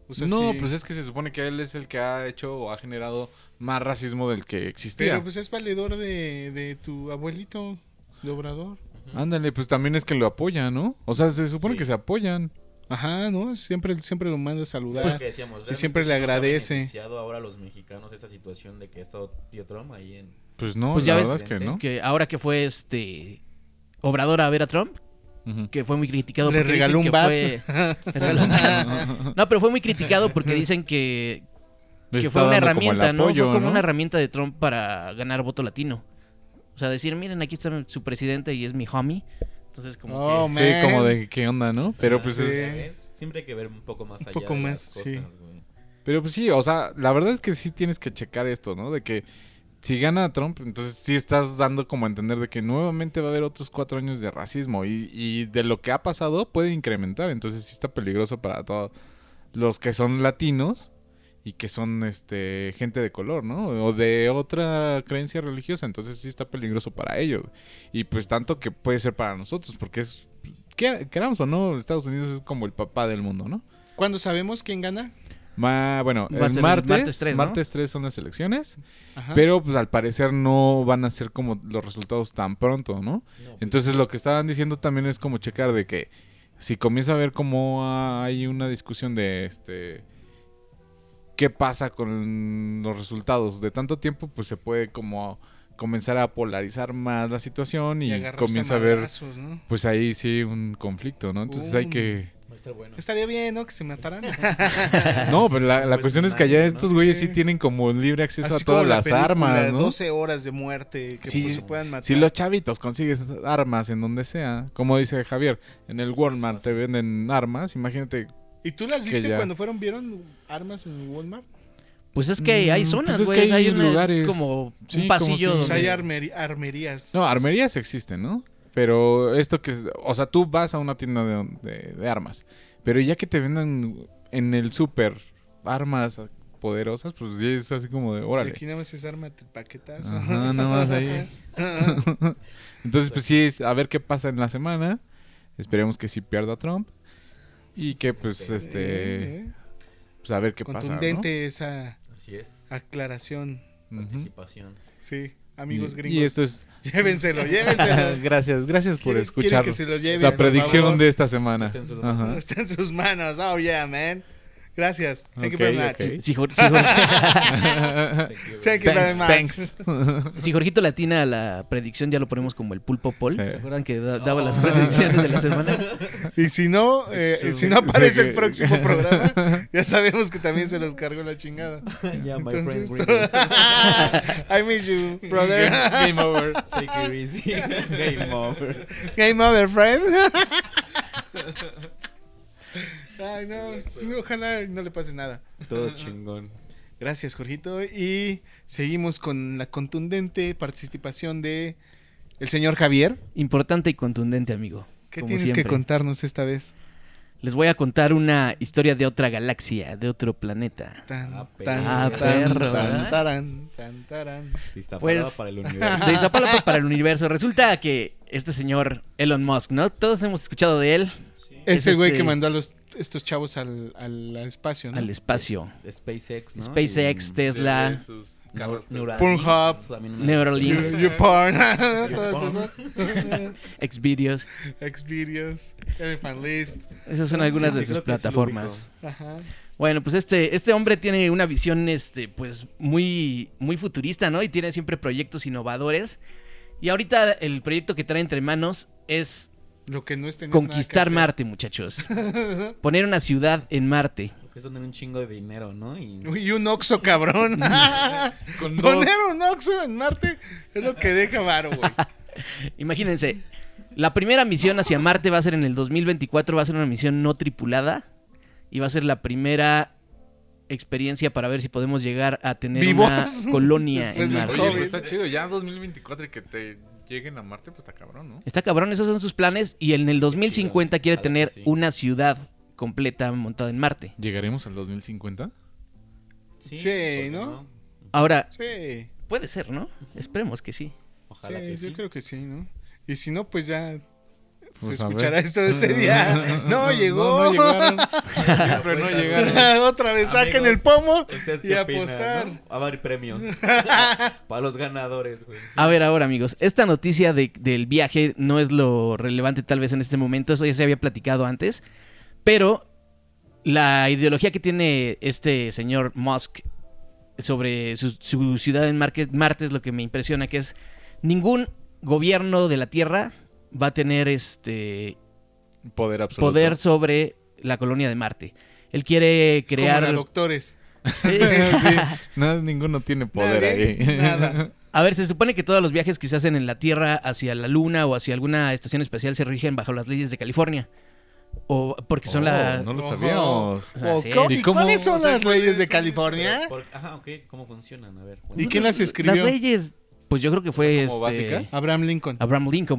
[SPEAKER 1] O sea,
[SPEAKER 3] no,
[SPEAKER 1] sí.
[SPEAKER 3] pues es que se supone que él es el que ha hecho o ha generado más racismo del que existía.
[SPEAKER 1] Pero pues es valedor de, de tu abuelito, de Obrador.
[SPEAKER 3] Ándale, pues también es que lo apoya, ¿no? O sea, se supone
[SPEAKER 2] Sí.
[SPEAKER 3] que se apoyan.
[SPEAKER 1] Ajá, ¿no? Siempre, siempre lo manda a saludar.
[SPEAKER 2] Pues, que decíamos, realmente
[SPEAKER 1] siempre
[SPEAKER 2] sí
[SPEAKER 1] le
[SPEAKER 2] nos ha
[SPEAKER 1] agradece.
[SPEAKER 2] beneficiado ahora a los mexicanos esa situación de que ha estado tío Trump ahí en...
[SPEAKER 3] Pues no,
[SPEAKER 4] Pues
[SPEAKER 3] la
[SPEAKER 4] ya ves-
[SPEAKER 3] verdad es que no.
[SPEAKER 4] Que ahora que fue este... Obrador a ver a Trump,
[SPEAKER 3] Ujú.
[SPEAKER 4] *laughs* que fue muy criticado
[SPEAKER 1] Le
[SPEAKER 4] porque
[SPEAKER 1] regaló
[SPEAKER 4] dicen
[SPEAKER 1] un
[SPEAKER 4] que
[SPEAKER 1] bat. *laughs*
[SPEAKER 4] fue- le regaló un bat. No, pero fue muy criticado porque dicen que,
[SPEAKER 3] Les
[SPEAKER 4] que
[SPEAKER 3] está
[SPEAKER 4] fue una
[SPEAKER 3] dando como el
[SPEAKER 4] herramienta, ¿no? Fue
[SPEAKER 3] apoyo,
[SPEAKER 4] como
[SPEAKER 3] ¿no?
[SPEAKER 4] una herramienta de Trump para ganar voto latino. O sea, decir, miren, aquí está su presidente y es mi homie. Entonces, como
[SPEAKER 1] Oh,
[SPEAKER 4] que...
[SPEAKER 1] man.
[SPEAKER 3] Sí, como de qué onda, ¿no? Pero pues,
[SPEAKER 2] Sí.
[SPEAKER 3] es-
[SPEAKER 2] ¿Sabes? Siempre hay que ver un poco más allá
[SPEAKER 1] poco
[SPEAKER 2] de
[SPEAKER 1] más,
[SPEAKER 2] las cosas,
[SPEAKER 1] sí.
[SPEAKER 2] güey.
[SPEAKER 3] pero pues sí, o sea, la verdad es que sí tienes que checar esto, ¿no? De que si gana Trump, entonces sí estás dando como a entender de que nuevamente va a haber otros cuatro años de racismo y, y de lo que ha pasado puede incrementar, entonces sí está peligroso para todos los que son latinos y que son este gente de color, ¿no? O de otra creencia religiosa, entonces sí está peligroso para ellos. Y pues tanto que puede ser para nosotros, porque es que- queramos o no, Estados Unidos es como el papá del mundo, ¿no?
[SPEAKER 1] ¿Cuándo sabemos quién gana?
[SPEAKER 3] Ma- bueno,
[SPEAKER 4] Va a
[SPEAKER 3] el
[SPEAKER 4] ser el
[SPEAKER 3] martes,
[SPEAKER 4] martes
[SPEAKER 3] martes,
[SPEAKER 4] tres,
[SPEAKER 3] 3,
[SPEAKER 4] ¿no?
[SPEAKER 3] son las elecciones,
[SPEAKER 1] Ajá.
[SPEAKER 3] pero pues al parecer no van a ser como los resultados tan pronto, ¿no?
[SPEAKER 2] No, pues,
[SPEAKER 3] Entonces lo que estaban diciendo también es como checar de que si comienza a ver cómo hay una discusión de este qué pasa con los resultados de tanto tiempo, pues se puede como comenzar a polarizar más la situación y,
[SPEAKER 1] agarrarse
[SPEAKER 3] comienza a ver
[SPEAKER 1] madrazos, ¿no?
[SPEAKER 3] pues ahí sí un conflicto, ¿no? Entonces hay
[SPEAKER 1] Um.
[SPEAKER 3] que
[SPEAKER 2] va a estar bueno.
[SPEAKER 1] Estaría bien, ¿no? Que se
[SPEAKER 3] *laughs*
[SPEAKER 1] mataran.
[SPEAKER 3] no, pero la, la
[SPEAKER 2] Pues,
[SPEAKER 3] cuestión es que allá
[SPEAKER 2] nadie, ¿no?
[SPEAKER 3] estos güeyes sí
[SPEAKER 1] Sí.
[SPEAKER 3] tienen como libre acceso
[SPEAKER 1] Así
[SPEAKER 3] a
[SPEAKER 1] como
[SPEAKER 3] todas
[SPEAKER 1] la
[SPEAKER 3] las
[SPEAKER 1] película,
[SPEAKER 3] armas, ¿no?
[SPEAKER 1] 12 horas de muerte que
[SPEAKER 3] Sí,
[SPEAKER 1] pues, se puedan matar.
[SPEAKER 3] Si los chavitos consigues armas en donde sea, como dice Javier, en el Walmart te venden armas, imagínate
[SPEAKER 1] ¿Y tú las
[SPEAKER 3] que
[SPEAKER 1] viste
[SPEAKER 3] ya.
[SPEAKER 1] cuando fueron, vieron armas en Walmart?
[SPEAKER 4] Pues es que hay
[SPEAKER 3] Mm,
[SPEAKER 4] zonas,
[SPEAKER 3] pues es
[SPEAKER 4] güey.
[SPEAKER 3] que
[SPEAKER 4] hay
[SPEAKER 3] hay
[SPEAKER 4] unas
[SPEAKER 3] lugares.
[SPEAKER 4] como un
[SPEAKER 3] Sí, como
[SPEAKER 4] pasillo.
[SPEAKER 3] si-
[SPEAKER 1] O sea,
[SPEAKER 4] donde-
[SPEAKER 1] hay armeri- armerías.
[SPEAKER 3] No, armerías existen, ¿no? Pero esto que... es- O sea, tú vas a una tienda de, de- de armas. Pero ya que te vendan en el súper armas poderosas, pues sí es así como de,
[SPEAKER 1] Y
[SPEAKER 3] órale.
[SPEAKER 1] Aquí nada más es arma de paquetazo.
[SPEAKER 3] Ajá, nada
[SPEAKER 1] *laughs*
[SPEAKER 3] más ahí. *laughs* Entonces, pues sí, es a ver qué pasa en la semana. Esperemos que sí pierda Trump. Y que, pues, este...
[SPEAKER 1] Eh,
[SPEAKER 3] Pues a ver qué pasa, ¿no?
[SPEAKER 1] Contundente esa
[SPEAKER 2] Así es.
[SPEAKER 1] aclaración.
[SPEAKER 3] Ujú.
[SPEAKER 2] Participación.
[SPEAKER 1] Sí, amigos
[SPEAKER 3] y,
[SPEAKER 1] gringos.
[SPEAKER 3] Y esto es...
[SPEAKER 1] *laughs* Llévenselo, llévenselo.
[SPEAKER 3] *laughs* gracias, gracias por
[SPEAKER 1] Quiere- quiere
[SPEAKER 3] escuchar
[SPEAKER 1] que se lo lleven,
[SPEAKER 3] la
[SPEAKER 1] por
[SPEAKER 3] predicción
[SPEAKER 1] favor.
[SPEAKER 3] de esta semana.
[SPEAKER 2] Está en sus
[SPEAKER 3] Ajá.
[SPEAKER 1] *laughs*
[SPEAKER 2] manos.
[SPEAKER 1] Está en sus manos. Oh, yeah, man. Gracias. Thank you
[SPEAKER 3] Ok,
[SPEAKER 1] very much.
[SPEAKER 3] ok.
[SPEAKER 4] Si, Jor- si Jor-
[SPEAKER 2] *laughs*
[SPEAKER 4] *laughs*
[SPEAKER 1] Thank
[SPEAKER 2] Thank you,
[SPEAKER 1] you very
[SPEAKER 4] Thanks,
[SPEAKER 1] much.
[SPEAKER 4] thanks. Si Jorgito latina a la predicción, ya lo ponemos como el pulpo Paul.
[SPEAKER 3] Sí.
[SPEAKER 4] ¿Se acuerdan que da- daba las predicciones de
[SPEAKER 2] *laughs*
[SPEAKER 4] la semana?
[SPEAKER 1] Y si
[SPEAKER 3] *laughs*
[SPEAKER 1] no, eh,
[SPEAKER 2] Eso,
[SPEAKER 1] si no
[SPEAKER 3] güey.
[SPEAKER 1] aparece
[SPEAKER 3] Sí,
[SPEAKER 1] el
[SPEAKER 3] que-
[SPEAKER 1] próximo
[SPEAKER 3] *laughs*
[SPEAKER 1] programa, ya sabemos que también se los cargó la
[SPEAKER 2] *laughs*
[SPEAKER 1] chingada.
[SPEAKER 2] güey. Yeah, my
[SPEAKER 1] Entonces,
[SPEAKER 2] friend
[SPEAKER 1] todo-
[SPEAKER 2] Ringo.
[SPEAKER 1] *laughs* I miss you, brother.
[SPEAKER 3] Game over.
[SPEAKER 2] Take it easy. *laughs* Game over.
[SPEAKER 1] *laughs* Game over,
[SPEAKER 3] *laughs*
[SPEAKER 1] friend. Ay, no, sí, ojalá no le pase nada.
[SPEAKER 2] Todo chingón.
[SPEAKER 1] Gracias, Jorgito. Y seguimos con la contundente participación de el señor Javier.
[SPEAKER 4] Importante y contundente, amigo.
[SPEAKER 1] ¿Qué
[SPEAKER 4] como
[SPEAKER 1] tienes que
[SPEAKER 4] siempre.
[SPEAKER 1] contarnos esta vez?
[SPEAKER 4] Les voy a contar una historia de otra galaxia, de otro planeta.
[SPEAKER 1] Tan,
[SPEAKER 2] Ah,
[SPEAKER 1] tan,
[SPEAKER 4] ah,
[SPEAKER 1] tan,
[SPEAKER 4] perro,
[SPEAKER 1] tan,
[SPEAKER 4] ¿verdad?
[SPEAKER 1] tarán, tan, tarán.
[SPEAKER 2] Lista
[SPEAKER 4] Pues-
[SPEAKER 2] para el universo. *laughs*
[SPEAKER 4] De Iztapalapa para el universo. Resulta que este señor Elon Musk, ¿no? Todos hemos escuchado de él
[SPEAKER 1] Ese
[SPEAKER 4] Es
[SPEAKER 1] güey
[SPEAKER 4] este-
[SPEAKER 1] que mandó a los, estos chavos al, al espacio, ¿no?
[SPEAKER 4] al espacio.
[SPEAKER 2] SpaceX, ¿no?
[SPEAKER 4] Spacex,
[SPEAKER 2] Y-
[SPEAKER 4] Tesla,
[SPEAKER 2] Neur- Neuralink,
[SPEAKER 1] Pornhub.
[SPEAKER 2] también una-
[SPEAKER 4] Neuralink,
[SPEAKER 1] You- *laughs* you porn, *laughs* ¿no?
[SPEAKER 2] You
[SPEAKER 1] todos
[SPEAKER 2] porn.
[SPEAKER 1] *laughs* esos.
[SPEAKER 4] Xvideos.
[SPEAKER 1] Xvideos, Elephant List.
[SPEAKER 4] Esas son algunas
[SPEAKER 2] Sí,
[SPEAKER 4] de
[SPEAKER 2] sí,
[SPEAKER 4] sus
[SPEAKER 2] creo que sí lo
[SPEAKER 4] plataformas.
[SPEAKER 2] ubico.
[SPEAKER 1] Ajá.
[SPEAKER 4] Bueno, pues este, este hombre tiene una visión, este, pues, muy, muy futurista, ¿no? Y tiene siempre proyectos innovadores. Y ahorita el proyecto que trae entre manos es
[SPEAKER 1] Lo que no es tener
[SPEAKER 4] conquistar
[SPEAKER 1] nada
[SPEAKER 4] Marte, muchachos. Poner una ciudad en Marte.
[SPEAKER 2] Que son de un chingo de dinero, ¿no? Y
[SPEAKER 1] que hacer. Y un Oxxo,
[SPEAKER 4] *laughs*
[SPEAKER 1] cabrón. *laughs*
[SPEAKER 3] Con dos.
[SPEAKER 1] Poner un Oxxo en Marte es lo que deja varo,
[SPEAKER 4] *laughs*
[SPEAKER 1] güey.
[SPEAKER 4] Imagínense, la primera misión hacia Marte va a ser en el 2024, va a ser una misión no tripulada. Y va a ser la primera experiencia para ver si podemos llegar a tener una
[SPEAKER 1] ¿Vivos?
[SPEAKER 4] *laughs* colonia
[SPEAKER 1] Después
[SPEAKER 4] en
[SPEAKER 1] del
[SPEAKER 4] Marte.
[SPEAKER 3] Oye,
[SPEAKER 1] COVID.
[SPEAKER 3] pues está chido. Ya 2024 y que te lleguen a Marte, pues está cabrón, ¿no?
[SPEAKER 4] Está cabrón, esos son sus planes. Y en el 2050 quiere
[SPEAKER 2] Ojalá
[SPEAKER 4] tener
[SPEAKER 2] que sí.
[SPEAKER 4] una ciudad completa montada en Marte.
[SPEAKER 3] ¿Llegaremos al 2050?
[SPEAKER 2] sí,
[SPEAKER 1] Sí,
[SPEAKER 2] ¿por qué
[SPEAKER 1] ¿no?
[SPEAKER 4] Ahora,
[SPEAKER 1] Sí,
[SPEAKER 4] puede ser, ¿no? Esperemos que sí.
[SPEAKER 2] Ojalá
[SPEAKER 1] sí,
[SPEAKER 2] que sí.
[SPEAKER 1] yo creo que sí, ¿no? Y si no, pues ya
[SPEAKER 3] Pues
[SPEAKER 1] se
[SPEAKER 3] a ver.
[SPEAKER 1] escuchará esto ese
[SPEAKER 3] *laughs*
[SPEAKER 1] día. *laughs* No, llegó. *laughs*
[SPEAKER 3] No, llegaron. Siempre no
[SPEAKER 2] Apuesta,
[SPEAKER 3] llegaron.
[SPEAKER 1] Otra vez saquen
[SPEAKER 2] Amigos,
[SPEAKER 1] el pomo
[SPEAKER 2] ¿Ustedes qué
[SPEAKER 1] y
[SPEAKER 2] opinan,
[SPEAKER 1] apostar.
[SPEAKER 2] no? Va a haber
[SPEAKER 1] *laughs*
[SPEAKER 2] premios para los ganadores, güey.
[SPEAKER 4] A ver, ahora, amigos, esta noticia de- del viaje no es lo relevante tal vez en este momento. Eso ya se había platicado antes. Pero la ideología que tiene este señor Musk sobre su, su ciudad en Marque- Marte es lo que me impresiona, que es ningún gobierno de la Tierra va a tener este
[SPEAKER 3] Poder absoluto. *laughs*
[SPEAKER 4] poder sobre la colonia de Marte. Él quiere
[SPEAKER 1] Es como
[SPEAKER 4] crear.
[SPEAKER 1] la doctores. *laughs*
[SPEAKER 4] Sí.
[SPEAKER 3] Sí, nada, ninguno tiene poder
[SPEAKER 1] Nadie,
[SPEAKER 3] ahí.
[SPEAKER 1] Nada.
[SPEAKER 4] A ver, se supone que todos los viajes que se hacen en la Tierra hacia la Luna o hacia alguna estación espacial se rigen bajo las leyes de California. O porque son
[SPEAKER 3] Oh,
[SPEAKER 4] la.
[SPEAKER 3] No lo
[SPEAKER 1] Ojo.
[SPEAKER 3] sabíamos.
[SPEAKER 4] O sea,
[SPEAKER 1] O
[SPEAKER 4] sí.
[SPEAKER 1] co-
[SPEAKER 3] ¿Y
[SPEAKER 1] ¿Y
[SPEAKER 3] cómo-
[SPEAKER 1] cuáles son
[SPEAKER 3] o sea,
[SPEAKER 1] las
[SPEAKER 3] cuáles
[SPEAKER 1] leyes de
[SPEAKER 3] son?
[SPEAKER 1] California?
[SPEAKER 2] Pero por- Ajá, ok. ¿Cómo funcionan? A ver.
[SPEAKER 1] ¿Y
[SPEAKER 2] cuéntanos.
[SPEAKER 1] quién las
[SPEAKER 4] Las
[SPEAKER 1] escribió?
[SPEAKER 4] leyes, pues yo creo que fue
[SPEAKER 3] como
[SPEAKER 4] este,
[SPEAKER 3] básicas?
[SPEAKER 1] Abraham Lincoln.
[SPEAKER 4] Abraham Lincoln,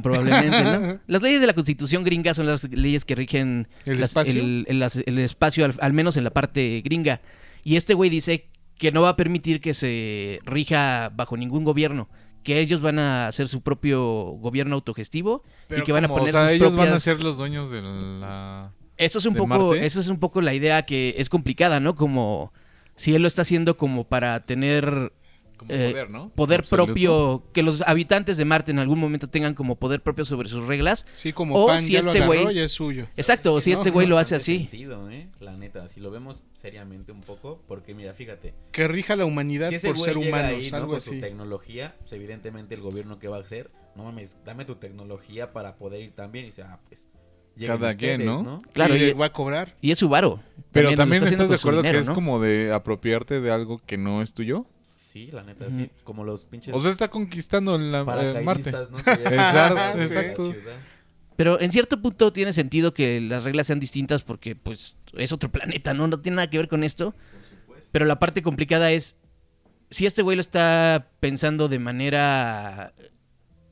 [SPEAKER 3] *laughs*
[SPEAKER 4] probablemente, ¿no? las leyes de la Constitución gringa son las leyes que rigen
[SPEAKER 1] ¿El
[SPEAKER 4] las-
[SPEAKER 1] espacio?
[SPEAKER 4] el, el- las- el espacio, al, al menos en la parte gringa. Y este güey dice que no va a permitir que se rija bajo ningún gobierno, que ellos van a hacer su propio gobierno autogestivo y que van a
[SPEAKER 3] como,
[SPEAKER 4] poner
[SPEAKER 3] o sea,
[SPEAKER 4] sus
[SPEAKER 3] ellos van a
[SPEAKER 4] propias-
[SPEAKER 3] ser los dueños de la...
[SPEAKER 4] eso es un
[SPEAKER 3] de
[SPEAKER 4] poco,
[SPEAKER 3] Marte.
[SPEAKER 4] eso es un poco la idea que es complicada, ¿no? Como si él lo está haciendo como para tener
[SPEAKER 3] Como
[SPEAKER 4] Eh,
[SPEAKER 3] poder, ¿no?
[SPEAKER 4] poder
[SPEAKER 3] Absoluto.
[SPEAKER 4] propio, que los habitantes de Marte en algún momento tengan como poder propio sobre sus reglas.
[SPEAKER 1] Sí, como
[SPEAKER 2] Oh,
[SPEAKER 4] O
[SPEAKER 1] Pan
[SPEAKER 4] si
[SPEAKER 1] ya
[SPEAKER 4] este
[SPEAKER 1] lo agarró,
[SPEAKER 4] güey-
[SPEAKER 1] ya es suyo.
[SPEAKER 4] Exacto, o si
[SPEAKER 1] No,
[SPEAKER 4] este güey lo hace
[SPEAKER 2] Bastante
[SPEAKER 4] así.
[SPEAKER 2] sentido, ¿eh? La neta, si lo vemos seriamente un poco, porque mira, fíjate,
[SPEAKER 1] Que rija la humanidad
[SPEAKER 2] si ese
[SPEAKER 1] por
[SPEAKER 2] güey
[SPEAKER 1] ser
[SPEAKER 2] llega
[SPEAKER 1] humanos,
[SPEAKER 2] ahí, ¿no?
[SPEAKER 1] algo
[SPEAKER 2] con
[SPEAKER 1] así.
[SPEAKER 2] su tecnología, pues evidentemente el gobierno que va a hacer, no mames, dame tu tecnología para poder ir también y dice, ah, pues lleguen
[SPEAKER 3] Cada quien,
[SPEAKER 2] ustedes,
[SPEAKER 3] ¿no?
[SPEAKER 4] Claro,
[SPEAKER 1] y le
[SPEAKER 4] y,
[SPEAKER 1] va a cobrar.
[SPEAKER 4] y es su varo.
[SPEAKER 3] Pero
[SPEAKER 4] lo
[SPEAKER 3] también,
[SPEAKER 4] está haciendo
[SPEAKER 3] estás de
[SPEAKER 4] con su
[SPEAKER 3] acuerdo
[SPEAKER 4] dinero,
[SPEAKER 3] que es
[SPEAKER 4] ¿no?
[SPEAKER 3] como de apropiarte de algo que no es tuyo.
[SPEAKER 2] Sí, la neta sí, como los pinches
[SPEAKER 3] O sea, está conquistando la, Pues eh, Marte.
[SPEAKER 2] paracaidistas, ¿no? Que
[SPEAKER 3] *laughs*
[SPEAKER 2] llegan
[SPEAKER 3] Exacto,
[SPEAKER 2] a la
[SPEAKER 3] exacto.
[SPEAKER 2] ciudad.
[SPEAKER 4] Pero en cierto punto tiene sentido que las reglas sean distintas porque pues es otro planeta, ¿no? No tiene nada que ver con esto. Pero la parte complicada es si este güey lo está pensando de manera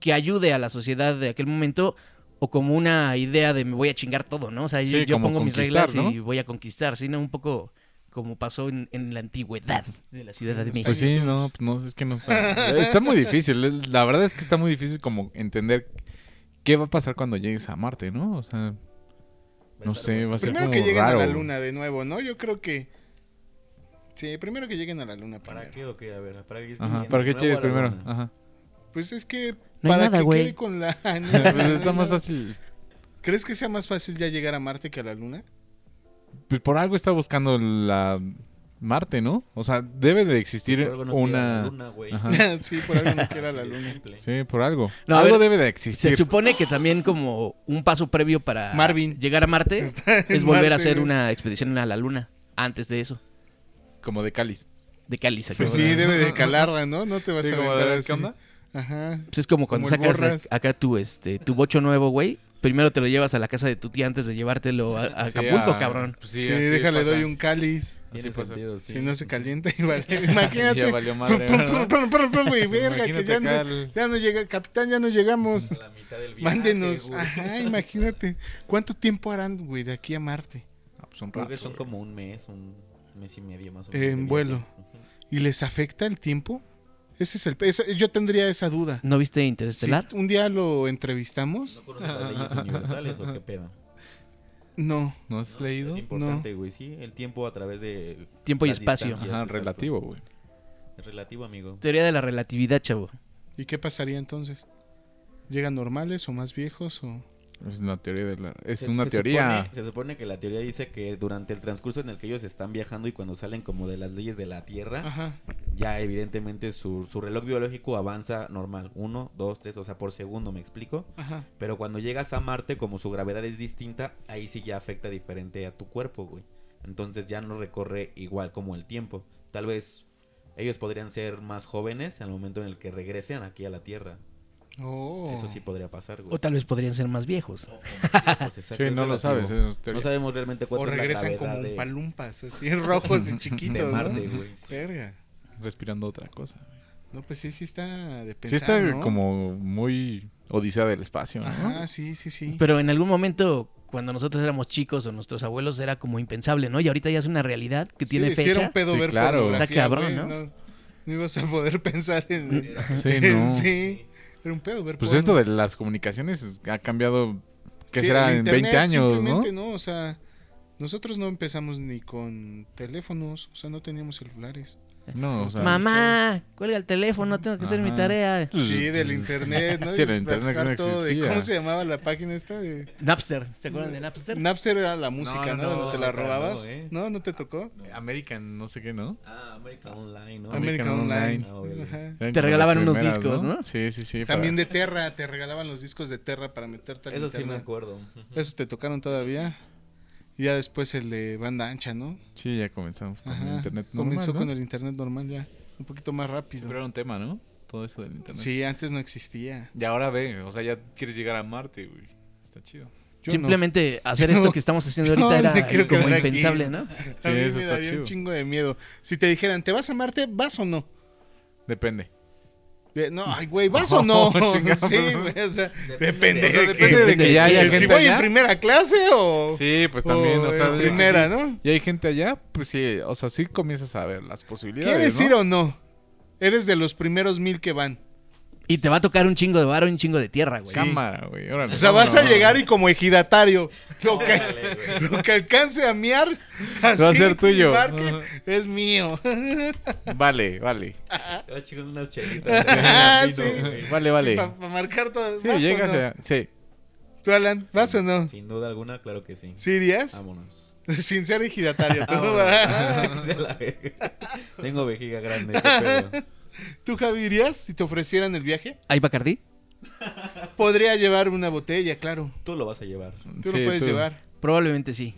[SPEAKER 4] que ayude a la sociedad de aquel momento o como una idea de me voy a chingar todo, ¿no? O sea, yo,
[SPEAKER 3] Sí,
[SPEAKER 4] yo
[SPEAKER 3] como
[SPEAKER 4] pongo mis
[SPEAKER 3] conquistar,
[SPEAKER 4] reglas
[SPEAKER 3] ¿no?
[SPEAKER 4] y voy a conquistar, sino un poco como pasó en, en la antigüedad de la Ciudad de México.
[SPEAKER 3] Pues sí, no, pues no, es que *laughs* no sabe. Está muy difícil. La verdad es que está muy difícil como entender qué va a pasar cuando llegues a Marte, ¿no? O sea,
[SPEAKER 2] a
[SPEAKER 3] no
[SPEAKER 2] estar
[SPEAKER 3] sé, va a ser
[SPEAKER 1] Primero
[SPEAKER 3] como
[SPEAKER 1] que lleguen
[SPEAKER 3] raro.
[SPEAKER 1] a la luna de nuevo, ¿no? Yo creo que... Sí, primero que lleguen a la luna.
[SPEAKER 2] ¿Para
[SPEAKER 1] Primero.
[SPEAKER 2] qué o qué? A ver, ¿para qué,
[SPEAKER 3] Ajá, ¿para qué quieres primero? Ajá. *laughs*
[SPEAKER 1] Pues es que...
[SPEAKER 4] No hay
[SPEAKER 1] para
[SPEAKER 4] nada,
[SPEAKER 1] que
[SPEAKER 4] güey.
[SPEAKER 1] quede con
[SPEAKER 4] *laughs*
[SPEAKER 1] la...
[SPEAKER 3] Pues está más fácil.
[SPEAKER 1] ¿Crees que sea más fácil ya llegar a Marte que a la luna?
[SPEAKER 3] Pues por algo está buscando la Marte, ¿no? O sea, debe de existir una Ajá.
[SPEAKER 1] *laughs* sí, por algo no quiera la luna.
[SPEAKER 3] Ah. Sí, por algo.
[SPEAKER 4] No, a
[SPEAKER 3] algo
[SPEAKER 4] ver,
[SPEAKER 3] debe de
[SPEAKER 4] Se
[SPEAKER 3] existir.
[SPEAKER 4] supone que también como un paso previo para
[SPEAKER 1] Marvin.
[SPEAKER 4] llegar a
[SPEAKER 1] *laughs*
[SPEAKER 4] Marte
[SPEAKER 1] en
[SPEAKER 4] es volver a
[SPEAKER 1] Marte,
[SPEAKER 4] hacer
[SPEAKER 1] güey.
[SPEAKER 4] una expedición a la Luna antes de eso,
[SPEAKER 3] Como de cáliz.
[SPEAKER 4] de Cali. ¿se
[SPEAKER 1] Pues
[SPEAKER 4] acuerdan?
[SPEAKER 1] sí, debe
[SPEAKER 3] *laughs*
[SPEAKER 1] de calarla, ¿no? No te vas
[SPEAKER 3] Sí,
[SPEAKER 1] a
[SPEAKER 3] como
[SPEAKER 1] aventar
[SPEAKER 3] de ver
[SPEAKER 1] así.
[SPEAKER 3] qué onda.
[SPEAKER 1] Ajá.
[SPEAKER 4] Pues es como cuando
[SPEAKER 1] Como el
[SPEAKER 4] sacas a-
[SPEAKER 1] Borras.
[SPEAKER 4] acá tu este tu bocho nuevo, güey. Primero te lo llevas a la casa de tu tía antes de llevártelo a, a
[SPEAKER 3] Sí,
[SPEAKER 4] Acapulco,
[SPEAKER 3] ah,
[SPEAKER 4] cabrón.
[SPEAKER 3] pues
[SPEAKER 1] Sí,
[SPEAKER 3] así
[SPEAKER 1] déjale,
[SPEAKER 3] pasa.
[SPEAKER 1] doy un cáliz.
[SPEAKER 3] Así pasa.
[SPEAKER 1] Si no se calienta, *laughs* igual. Imagínate.
[SPEAKER 3] *laughs* Ya valió madre,
[SPEAKER 1] Prum,
[SPEAKER 3] ¿verdad?
[SPEAKER 1] prum, prum, prum, prum, y verga, que
[SPEAKER 3] Imagínate
[SPEAKER 1] ya
[SPEAKER 3] acá
[SPEAKER 1] no,
[SPEAKER 3] el-
[SPEAKER 1] ya no llega. Capitán, ya no
[SPEAKER 3] *laughs*
[SPEAKER 1] llegamos.
[SPEAKER 2] A la mitad del viaje,
[SPEAKER 1] Mándenos.
[SPEAKER 2] güey.
[SPEAKER 1] Ajá, imagínate. ¿Cuánto tiempo harán, güey, de aquí a Marte?
[SPEAKER 3] Ah, pues un
[SPEAKER 2] Creo que
[SPEAKER 3] rato,
[SPEAKER 2] son
[SPEAKER 3] güey.
[SPEAKER 2] como un mes, un mes y medio más o
[SPEAKER 1] En
[SPEAKER 2] menos. de viaje.
[SPEAKER 1] vuelo. ¿Y les afecta el tiempo? Ese es el. esa- yo tendría esa duda.
[SPEAKER 4] ¿No viste
[SPEAKER 1] Si
[SPEAKER 4] Interestelar?
[SPEAKER 1] un día lo entrevistamos.
[SPEAKER 2] ¿No conoces las leyes
[SPEAKER 1] *laughs*
[SPEAKER 2] universales o qué pedo?
[SPEAKER 1] No.
[SPEAKER 3] ¿No has leído?
[SPEAKER 2] Es importante, güey, sí. El tiempo a través de...
[SPEAKER 4] Tiempo y
[SPEAKER 2] las
[SPEAKER 4] espacio.
[SPEAKER 2] distancias,
[SPEAKER 3] Ajá,
[SPEAKER 2] exacto.
[SPEAKER 3] relativo, güey.
[SPEAKER 2] Es relativo, amigo.
[SPEAKER 4] Teoría de la relatividad, chavo.
[SPEAKER 1] ¿Y qué pasaría entonces? ¿Llegan normales o más viejos o.?
[SPEAKER 3] Es una teoría de la... Es
[SPEAKER 2] Se-
[SPEAKER 3] una
[SPEAKER 2] se
[SPEAKER 3] teoría.
[SPEAKER 2] supone- se supone que la teoría dice que durante el transcurso en el que ellos están viajando y cuando salen como de las leyes de la Tierra,
[SPEAKER 1] Ajá.
[SPEAKER 2] ya evidentemente su, su reloj biológico avanza normal. Uno, dos, tres, o sea, por segundo, ¿me explico?
[SPEAKER 1] Ajá.
[SPEAKER 2] Pero cuando llegas a Marte, como su gravedad es distinta, ahí sí ya afecta diferente a tu cuerpo, güey. Entonces ya no recorre igual como el tiempo. Tal vez ellos podrían ser más jóvenes al momento en el que regresen aquí a la Tierra.
[SPEAKER 1] Oh.
[SPEAKER 2] Eso sí podría pasar, güey.
[SPEAKER 4] O tal vez podrían ser más viejos.
[SPEAKER 2] Pues, exacto,
[SPEAKER 3] Sí,
[SPEAKER 2] es
[SPEAKER 3] no lo
[SPEAKER 2] relativo.
[SPEAKER 3] sabes. es teoría.
[SPEAKER 2] No sabemos realmente
[SPEAKER 1] O
[SPEAKER 2] cuánto es la
[SPEAKER 1] regresan como
[SPEAKER 2] gravedad
[SPEAKER 1] un
[SPEAKER 2] de-
[SPEAKER 1] palumpas, así *laughs* rojos y chiquitos,
[SPEAKER 2] de
[SPEAKER 1] ¿no?
[SPEAKER 2] Marte, güey. Sí.
[SPEAKER 1] Verga.
[SPEAKER 3] Respirando otra cosa.
[SPEAKER 1] No, pues sí, sí está de pensar,
[SPEAKER 3] sí está
[SPEAKER 1] ¿no?
[SPEAKER 3] como muy odisea del espacio, ¿no?
[SPEAKER 1] Ajá, sí, sí, sí.
[SPEAKER 4] Pero en algún momento, cuando nosotros éramos chicos o nuestros abuelos, era como impensable, ¿no? Y ahorita ya es una realidad que tiene
[SPEAKER 1] sí, sí era
[SPEAKER 4] fecha.
[SPEAKER 1] un pedo
[SPEAKER 3] Sí,
[SPEAKER 1] ver
[SPEAKER 3] claro.
[SPEAKER 1] pornografía,
[SPEAKER 4] Está cabrón,
[SPEAKER 1] güey,
[SPEAKER 4] ¿no?
[SPEAKER 1] ¿no? no ibas a poder *laughs* pensar en...
[SPEAKER 3] Sí, no.
[SPEAKER 1] *laughs* sí, era un pedo ver
[SPEAKER 3] Pues
[SPEAKER 1] porno.
[SPEAKER 3] esto de las comunicaciones es- ha cambiado, ¿qué
[SPEAKER 1] Sí,
[SPEAKER 3] será?
[SPEAKER 1] el
[SPEAKER 3] En
[SPEAKER 1] internet
[SPEAKER 3] 20 años, ¿no?
[SPEAKER 1] simplemente, O sea, nosotros no empezamos ni con teléfonos, o sea, no teníamos celulares.
[SPEAKER 3] No, o sea.
[SPEAKER 4] Mamá, cuelga el teléfono, tengo que hacer mi
[SPEAKER 3] Ajá.
[SPEAKER 4] tarea.
[SPEAKER 1] Sí,
[SPEAKER 3] *laughs*
[SPEAKER 1] del internet, ¿no?
[SPEAKER 3] Pues, Sí, el internet
[SPEAKER 1] Bajar
[SPEAKER 3] que no
[SPEAKER 1] todo de-
[SPEAKER 3] existía.
[SPEAKER 1] ¿Cómo se llamaba la página esta? De...
[SPEAKER 4] Napster, ¿se acuerdan de Napster?
[SPEAKER 1] Napster era la música, ¿no?
[SPEAKER 2] no,
[SPEAKER 1] Donde te la
[SPEAKER 2] no,
[SPEAKER 1] robabas.
[SPEAKER 2] no, ¿eh?
[SPEAKER 1] No, no te tocó.
[SPEAKER 3] American, no sé qué, ¿no?
[SPEAKER 2] Ah, América Online, ¿no?
[SPEAKER 3] Ameri-
[SPEAKER 1] American,
[SPEAKER 3] American
[SPEAKER 1] Online.
[SPEAKER 2] Online.
[SPEAKER 1] Ajá.
[SPEAKER 3] Eran
[SPEAKER 4] Te
[SPEAKER 3] como
[SPEAKER 4] regalaban
[SPEAKER 3] las
[SPEAKER 4] unos
[SPEAKER 3] primeras,
[SPEAKER 4] discos, ¿no?
[SPEAKER 3] Sí, sí, sí.
[SPEAKER 1] También
[SPEAKER 3] para-
[SPEAKER 1] de Terra, te regalaban los discos de Terra para meterte al
[SPEAKER 2] Eso sí me
[SPEAKER 1] internet.
[SPEAKER 2] acuerdo.
[SPEAKER 1] Esos te tocaron todavía. Y ya después el de banda ancha, ¿no?
[SPEAKER 3] Sí, ya comenzamos con
[SPEAKER 1] Ajá.
[SPEAKER 3] el internet.
[SPEAKER 1] Comenzó
[SPEAKER 3] normal, ¿no?
[SPEAKER 1] con el internet normal ya. Un poquito más rápido.
[SPEAKER 3] Siempre era un tema, ¿no? Todo eso del internet.
[SPEAKER 1] Sí, antes no existía.
[SPEAKER 3] Y ahora ve, o sea, ya quieres llegar a Marte, güey. Está
[SPEAKER 1] *laughs*
[SPEAKER 3] chido.
[SPEAKER 1] Yo
[SPEAKER 4] Simplemente hacer
[SPEAKER 1] *laughs* Yo
[SPEAKER 4] esto
[SPEAKER 1] no.
[SPEAKER 4] que estamos haciendo
[SPEAKER 1] Yo
[SPEAKER 4] ahorita
[SPEAKER 1] me
[SPEAKER 4] era
[SPEAKER 1] quiero
[SPEAKER 4] como
[SPEAKER 1] quedar aquí.
[SPEAKER 4] impensable, ¿no?
[SPEAKER 1] no.
[SPEAKER 3] Sí,
[SPEAKER 1] a mí
[SPEAKER 3] eso
[SPEAKER 1] me
[SPEAKER 3] está
[SPEAKER 1] daría
[SPEAKER 3] chido.
[SPEAKER 1] un chingo de miedo. Si te dijeran, ¿te vas a Marte? ¿Vas o no?
[SPEAKER 3] Depende.
[SPEAKER 1] Eh, No, ay, güey, ¿vas
[SPEAKER 3] *laughs*
[SPEAKER 1] o no?
[SPEAKER 3] No,
[SPEAKER 1] sí,
[SPEAKER 3] chingamos.
[SPEAKER 1] güey, o sea, depende,
[SPEAKER 2] Depende
[SPEAKER 1] de,
[SPEAKER 2] de- eso depende
[SPEAKER 1] que-
[SPEAKER 2] de que
[SPEAKER 3] ya haya
[SPEAKER 1] si
[SPEAKER 3] gente
[SPEAKER 1] voy en
[SPEAKER 3] allá.
[SPEAKER 1] primera clase o...
[SPEAKER 3] Sí, pues también, o,
[SPEAKER 1] o
[SPEAKER 3] sea,
[SPEAKER 1] Oh. en
[SPEAKER 3] de-
[SPEAKER 1] primera,
[SPEAKER 3] sí.
[SPEAKER 1] ¿no?
[SPEAKER 3] Y hay gente allá, pues sí, o sea, sí comienzas a ver las posibilidades.
[SPEAKER 1] ¿Quieres
[SPEAKER 3] ¿no?
[SPEAKER 1] ir o no? Eres de los primeros mil que van.
[SPEAKER 4] Y te va a tocar un chingo de varo y un chingo de tierra, güey.
[SPEAKER 3] Cámara, güey. órale,
[SPEAKER 1] O sea, vas a
[SPEAKER 3] vámonos.
[SPEAKER 1] llegar y como
[SPEAKER 3] *laughs*
[SPEAKER 1] ejidatario, lo que,
[SPEAKER 2] Órale, güey.
[SPEAKER 1] lo que alcance a miar,
[SPEAKER 3] a ser tuyo.
[SPEAKER 1] marque,
[SPEAKER 3] Ajá.
[SPEAKER 1] es mío. *laughs*
[SPEAKER 3] Vale, vale.
[SPEAKER 2] *laughs* Te va chingando unas chelitas.
[SPEAKER 1] Ah,
[SPEAKER 2] güey,
[SPEAKER 1] sí.
[SPEAKER 2] vino, güey.
[SPEAKER 3] Vale, vale.
[SPEAKER 1] Para marcar todo.
[SPEAKER 3] Sí,
[SPEAKER 1] ¿vas o
[SPEAKER 3] llegas
[SPEAKER 1] no?
[SPEAKER 3] allá. Sí.
[SPEAKER 1] ¿Tú, Alan, vas o no?
[SPEAKER 2] Sin duda alguna, claro que sí.
[SPEAKER 1] ¿Sí irías?
[SPEAKER 2] Vámonos.
[SPEAKER 1] *laughs* Sin ser ejidatario. ¿tú? *laughs* Ah,
[SPEAKER 2] *laughs* Vámonos. Ah, Se la verga. Tengo vejiga grande, qué pedo.
[SPEAKER 1] ¿Tú, Javi, irías si te ofrecieran el viaje?
[SPEAKER 4] ¿Hay Bacardí?
[SPEAKER 1] Podría llevar una botella, claro.
[SPEAKER 2] Tú lo vas a llevar.
[SPEAKER 1] Tú
[SPEAKER 3] Sí,
[SPEAKER 1] lo puedes llevar.
[SPEAKER 4] Probablemente sí.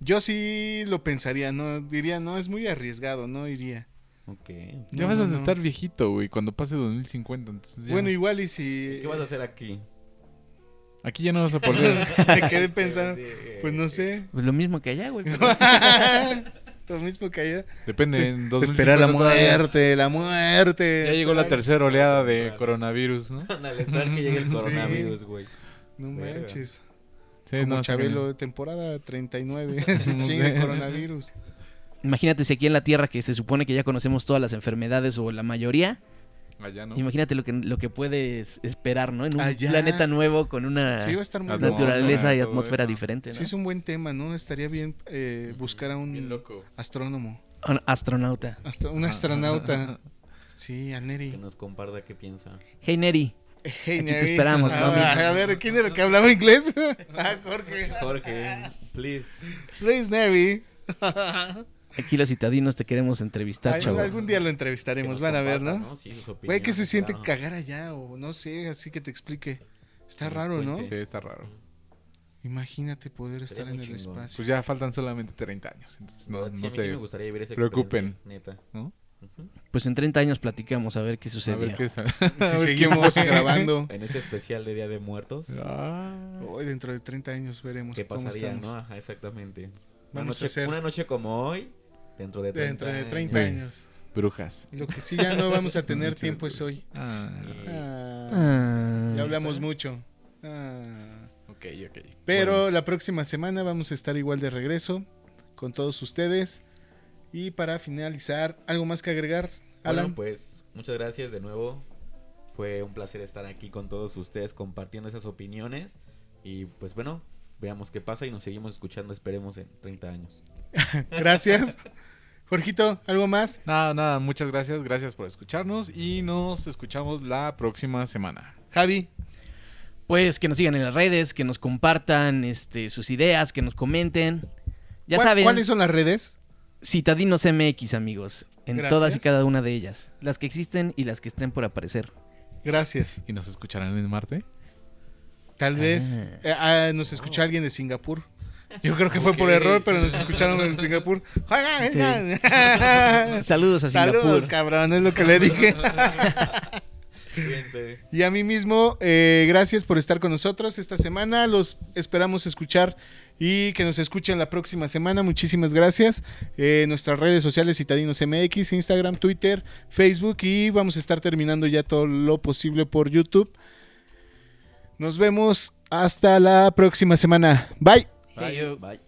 [SPEAKER 1] Yo sí lo pensaría, no diría, no, es muy arriesgado, no iría.
[SPEAKER 2] Ok.
[SPEAKER 3] Ya
[SPEAKER 1] No,
[SPEAKER 3] vas a
[SPEAKER 1] no, no.
[SPEAKER 3] estar viejito, güey, cuando pase 2050. Entonces ya-
[SPEAKER 1] Bueno, igual y si
[SPEAKER 2] ¿Qué vas a hacer aquí?
[SPEAKER 3] aquí ya no vas a *laughs* poder.
[SPEAKER 1] *laughs* me quedé pensando, pues no sé. *laughs*
[SPEAKER 4] Pues lo mismo que allá, güey. pero-
[SPEAKER 1] lo mismo que allá.
[SPEAKER 3] Depende. En 2050
[SPEAKER 1] Esperar la
[SPEAKER 3] todavía.
[SPEAKER 1] muerte, la muerte.
[SPEAKER 3] Ya llegó la
[SPEAKER 1] esperar.
[SPEAKER 3] tercera oleada de
[SPEAKER 2] Claro.
[SPEAKER 3] coronavirus, ¿no?
[SPEAKER 2] *laughs* Ándale, esperar que llegue el
[SPEAKER 1] Sí.
[SPEAKER 2] coronavirus, güey.
[SPEAKER 1] No
[SPEAKER 2] Verga.
[SPEAKER 1] manches.
[SPEAKER 3] Sí,
[SPEAKER 1] Como
[SPEAKER 3] no, está
[SPEAKER 1] Chabelo,
[SPEAKER 3] cañón.
[SPEAKER 1] temporada *laughs*
[SPEAKER 3] *laughs*
[SPEAKER 1] 39. Se chinga coronavirus.
[SPEAKER 4] Imagínate si aquí en la Tierra, que se supone que ya conocemos todas las enfermedades o la mayoría,
[SPEAKER 3] Allá no.
[SPEAKER 4] imagínate lo que, lo que puedes esperar, ¿no? En un
[SPEAKER 1] Allá.
[SPEAKER 4] planeta nuevo con una
[SPEAKER 1] Sí, va a estar muy
[SPEAKER 3] Atmósfera,
[SPEAKER 4] naturaleza y
[SPEAKER 3] todo
[SPEAKER 4] atmósfera
[SPEAKER 3] eso.
[SPEAKER 4] diferente, ¿no?
[SPEAKER 1] Sí, es un buen tema, ¿no? Estaría bien eh, buscar a
[SPEAKER 3] Bien
[SPEAKER 1] un
[SPEAKER 3] loco.
[SPEAKER 1] astrónomo,
[SPEAKER 4] Un astronauta.
[SPEAKER 1] astro- un
[SPEAKER 2] *laughs*
[SPEAKER 1] astronauta. Sí, a Neri.
[SPEAKER 2] Que nos comparta qué piensa.
[SPEAKER 4] Hey, Neri.
[SPEAKER 1] Hey,
[SPEAKER 4] Aquí te
[SPEAKER 1] Neri.
[SPEAKER 4] esperamos,
[SPEAKER 1] Ah,
[SPEAKER 4] mami.
[SPEAKER 1] A ver, ¿quién era el que hablaba inglés? *laughs* ah, Jorge.
[SPEAKER 2] Jorge, *laughs* please.
[SPEAKER 1] Please, Neri.
[SPEAKER 4] Aquí los citadinos te queremos entrevistar,
[SPEAKER 1] Ay,
[SPEAKER 4] chavo.
[SPEAKER 1] algún día lo
[SPEAKER 2] Que
[SPEAKER 1] entrevistaremos,
[SPEAKER 2] nos
[SPEAKER 1] van a ver,
[SPEAKER 2] comparta,
[SPEAKER 1] ¿no?
[SPEAKER 2] Sí, sus
[SPEAKER 1] Güey, ¿qué se
[SPEAKER 2] opiniones,
[SPEAKER 1] siente
[SPEAKER 2] claro.
[SPEAKER 1] cagar allá? O no sé, así que te explique. Está
[SPEAKER 2] Que nos
[SPEAKER 1] raro, ¿no?
[SPEAKER 2] cuente.
[SPEAKER 3] Sí, está raro.
[SPEAKER 1] Imagínate poder estar
[SPEAKER 2] Estaría
[SPEAKER 1] en
[SPEAKER 2] muy
[SPEAKER 1] el
[SPEAKER 2] chingón.
[SPEAKER 1] espacio.
[SPEAKER 3] Pues ya faltan solamente 30 años. Entonces no,
[SPEAKER 2] Sí, a
[SPEAKER 3] no
[SPEAKER 2] mí sí me
[SPEAKER 3] sé.
[SPEAKER 2] gustaría vivir esa
[SPEAKER 3] Preocupen.
[SPEAKER 2] experiencia, Neta.
[SPEAKER 3] ¿no?
[SPEAKER 2] Ujú.
[SPEAKER 4] Pues en 30 años platicamos a ver qué
[SPEAKER 3] A
[SPEAKER 4] sucedió.
[SPEAKER 3] ver qué sale.
[SPEAKER 1] *laughs*
[SPEAKER 2] Pues,
[SPEAKER 1] Si seguimos grabando.
[SPEAKER 2] *laughs* En este especial de Día de Muertos.
[SPEAKER 3] Ah.
[SPEAKER 1] Hoy dentro de 30 años veremos
[SPEAKER 2] ¿Qué
[SPEAKER 1] cómo
[SPEAKER 2] pasaría,
[SPEAKER 1] estamos.
[SPEAKER 2] no? Ajá, exactamente. Una
[SPEAKER 1] Vamos a
[SPEAKER 2] noche,
[SPEAKER 1] hacer-
[SPEAKER 2] una noche como hoy, dentro de 30
[SPEAKER 1] Dentro de 30
[SPEAKER 2] años.
[SPEAKER 1] años.
[SPEAKER 3] Brujas.
[SPEAKER 1] Lo que sí ya
[SPEAKER 2] *laughs*
[SPEAKER 1] no vamos a tener tiempo es hoy.
[SPEAKER 3] Ah,
[SPEAKER 1] Ah,
[SPEAKER 4] Ah.
[SPEAKER 1] ya hablamos mucho. Ah.
[SPEAKER 3] ok, ok.
[SPEAKER 1] Pero
[SPEAKER 3] Bueno,
[SPEAKER 1] la próxima semana vamos a estar igual de regreso con todos ustedes. Y para finalizar, ¿algo más que agregar,
[SPEAKER 2] Bueno,
[SPEAKER 1] Alan?
[SPEAKER 2] pues muchas gracias de nuevo. Fue un placer estar aquí con todos ustedes compartiendo esas opiniones. Y pues bueno, veamos qué pasa y nos seguimos escuchando, esperemos, en 30
[SPEAKER 4] *laughs*
[SPEAKER 2] años.
[SPEAKER 1] *laughs* Gracias. Jorgito, ¿algo más?
[SPEAKER 3] Nada, nada, muchas gracias, gracias por escucharnos y nos escuchamos la próxima semana.
[SPEAKER 1] Javi,
[SPEAKER 4] Pues que nos sigan en las redes, que nos compartan este, sus ideas, que nos comenten. Ya
[SPEAKER 1] ¿cuál-
[SPEAKER 4] saben,
[SPEAKER 1] ¿cuáles son las redes?
[SPEAKER 4] Citadinos MX, amigos. En
[SPEAKER 1] Gracias.
[SPEAKER 4] todas y cada una de ellas. Las que existen y las que estén por aparecer.
[SPEAKER 1] Gracias.
[SPEAKER 3] ¿Y nos escucharán en Marte?
[SPEAKER 1] Tal vez
[SPEAKER 4] Ah.
[SPEAKER 1] eh, ah, nos
[SPEAKER 2] Oh.
[SPEAKER 1] escuchó alguien de Singapur. Yo creo que fue por error, pero nos escucharon en Singapur.
[SPEAKER 4] *laughs* Saludos a Singapur.
[SPEAKER 1] Eh, Saludos, cabrón, es lo que le
[SPEAKER 4] *laughs*
[SPEAKER 1] dije.
[SPEAKER 2] Cuídense.
[SPEAKER 1] Y a mí mismo, eh, gracias por estar con nosotros esta semana. Los esperamos escuchar y que nos escuchen la próxima semana. Muchísimas gracias. Eh, nuestras redes sociales Citadinos MX, Instagram, Twitter, Facebook y vamos a estar terminando ya todo lo posible por YouTube. Nos vemos hasta la próxima semana. Bye.
[SPEAKER 4] Hey, yo.
[SPEAKER 2] Bye.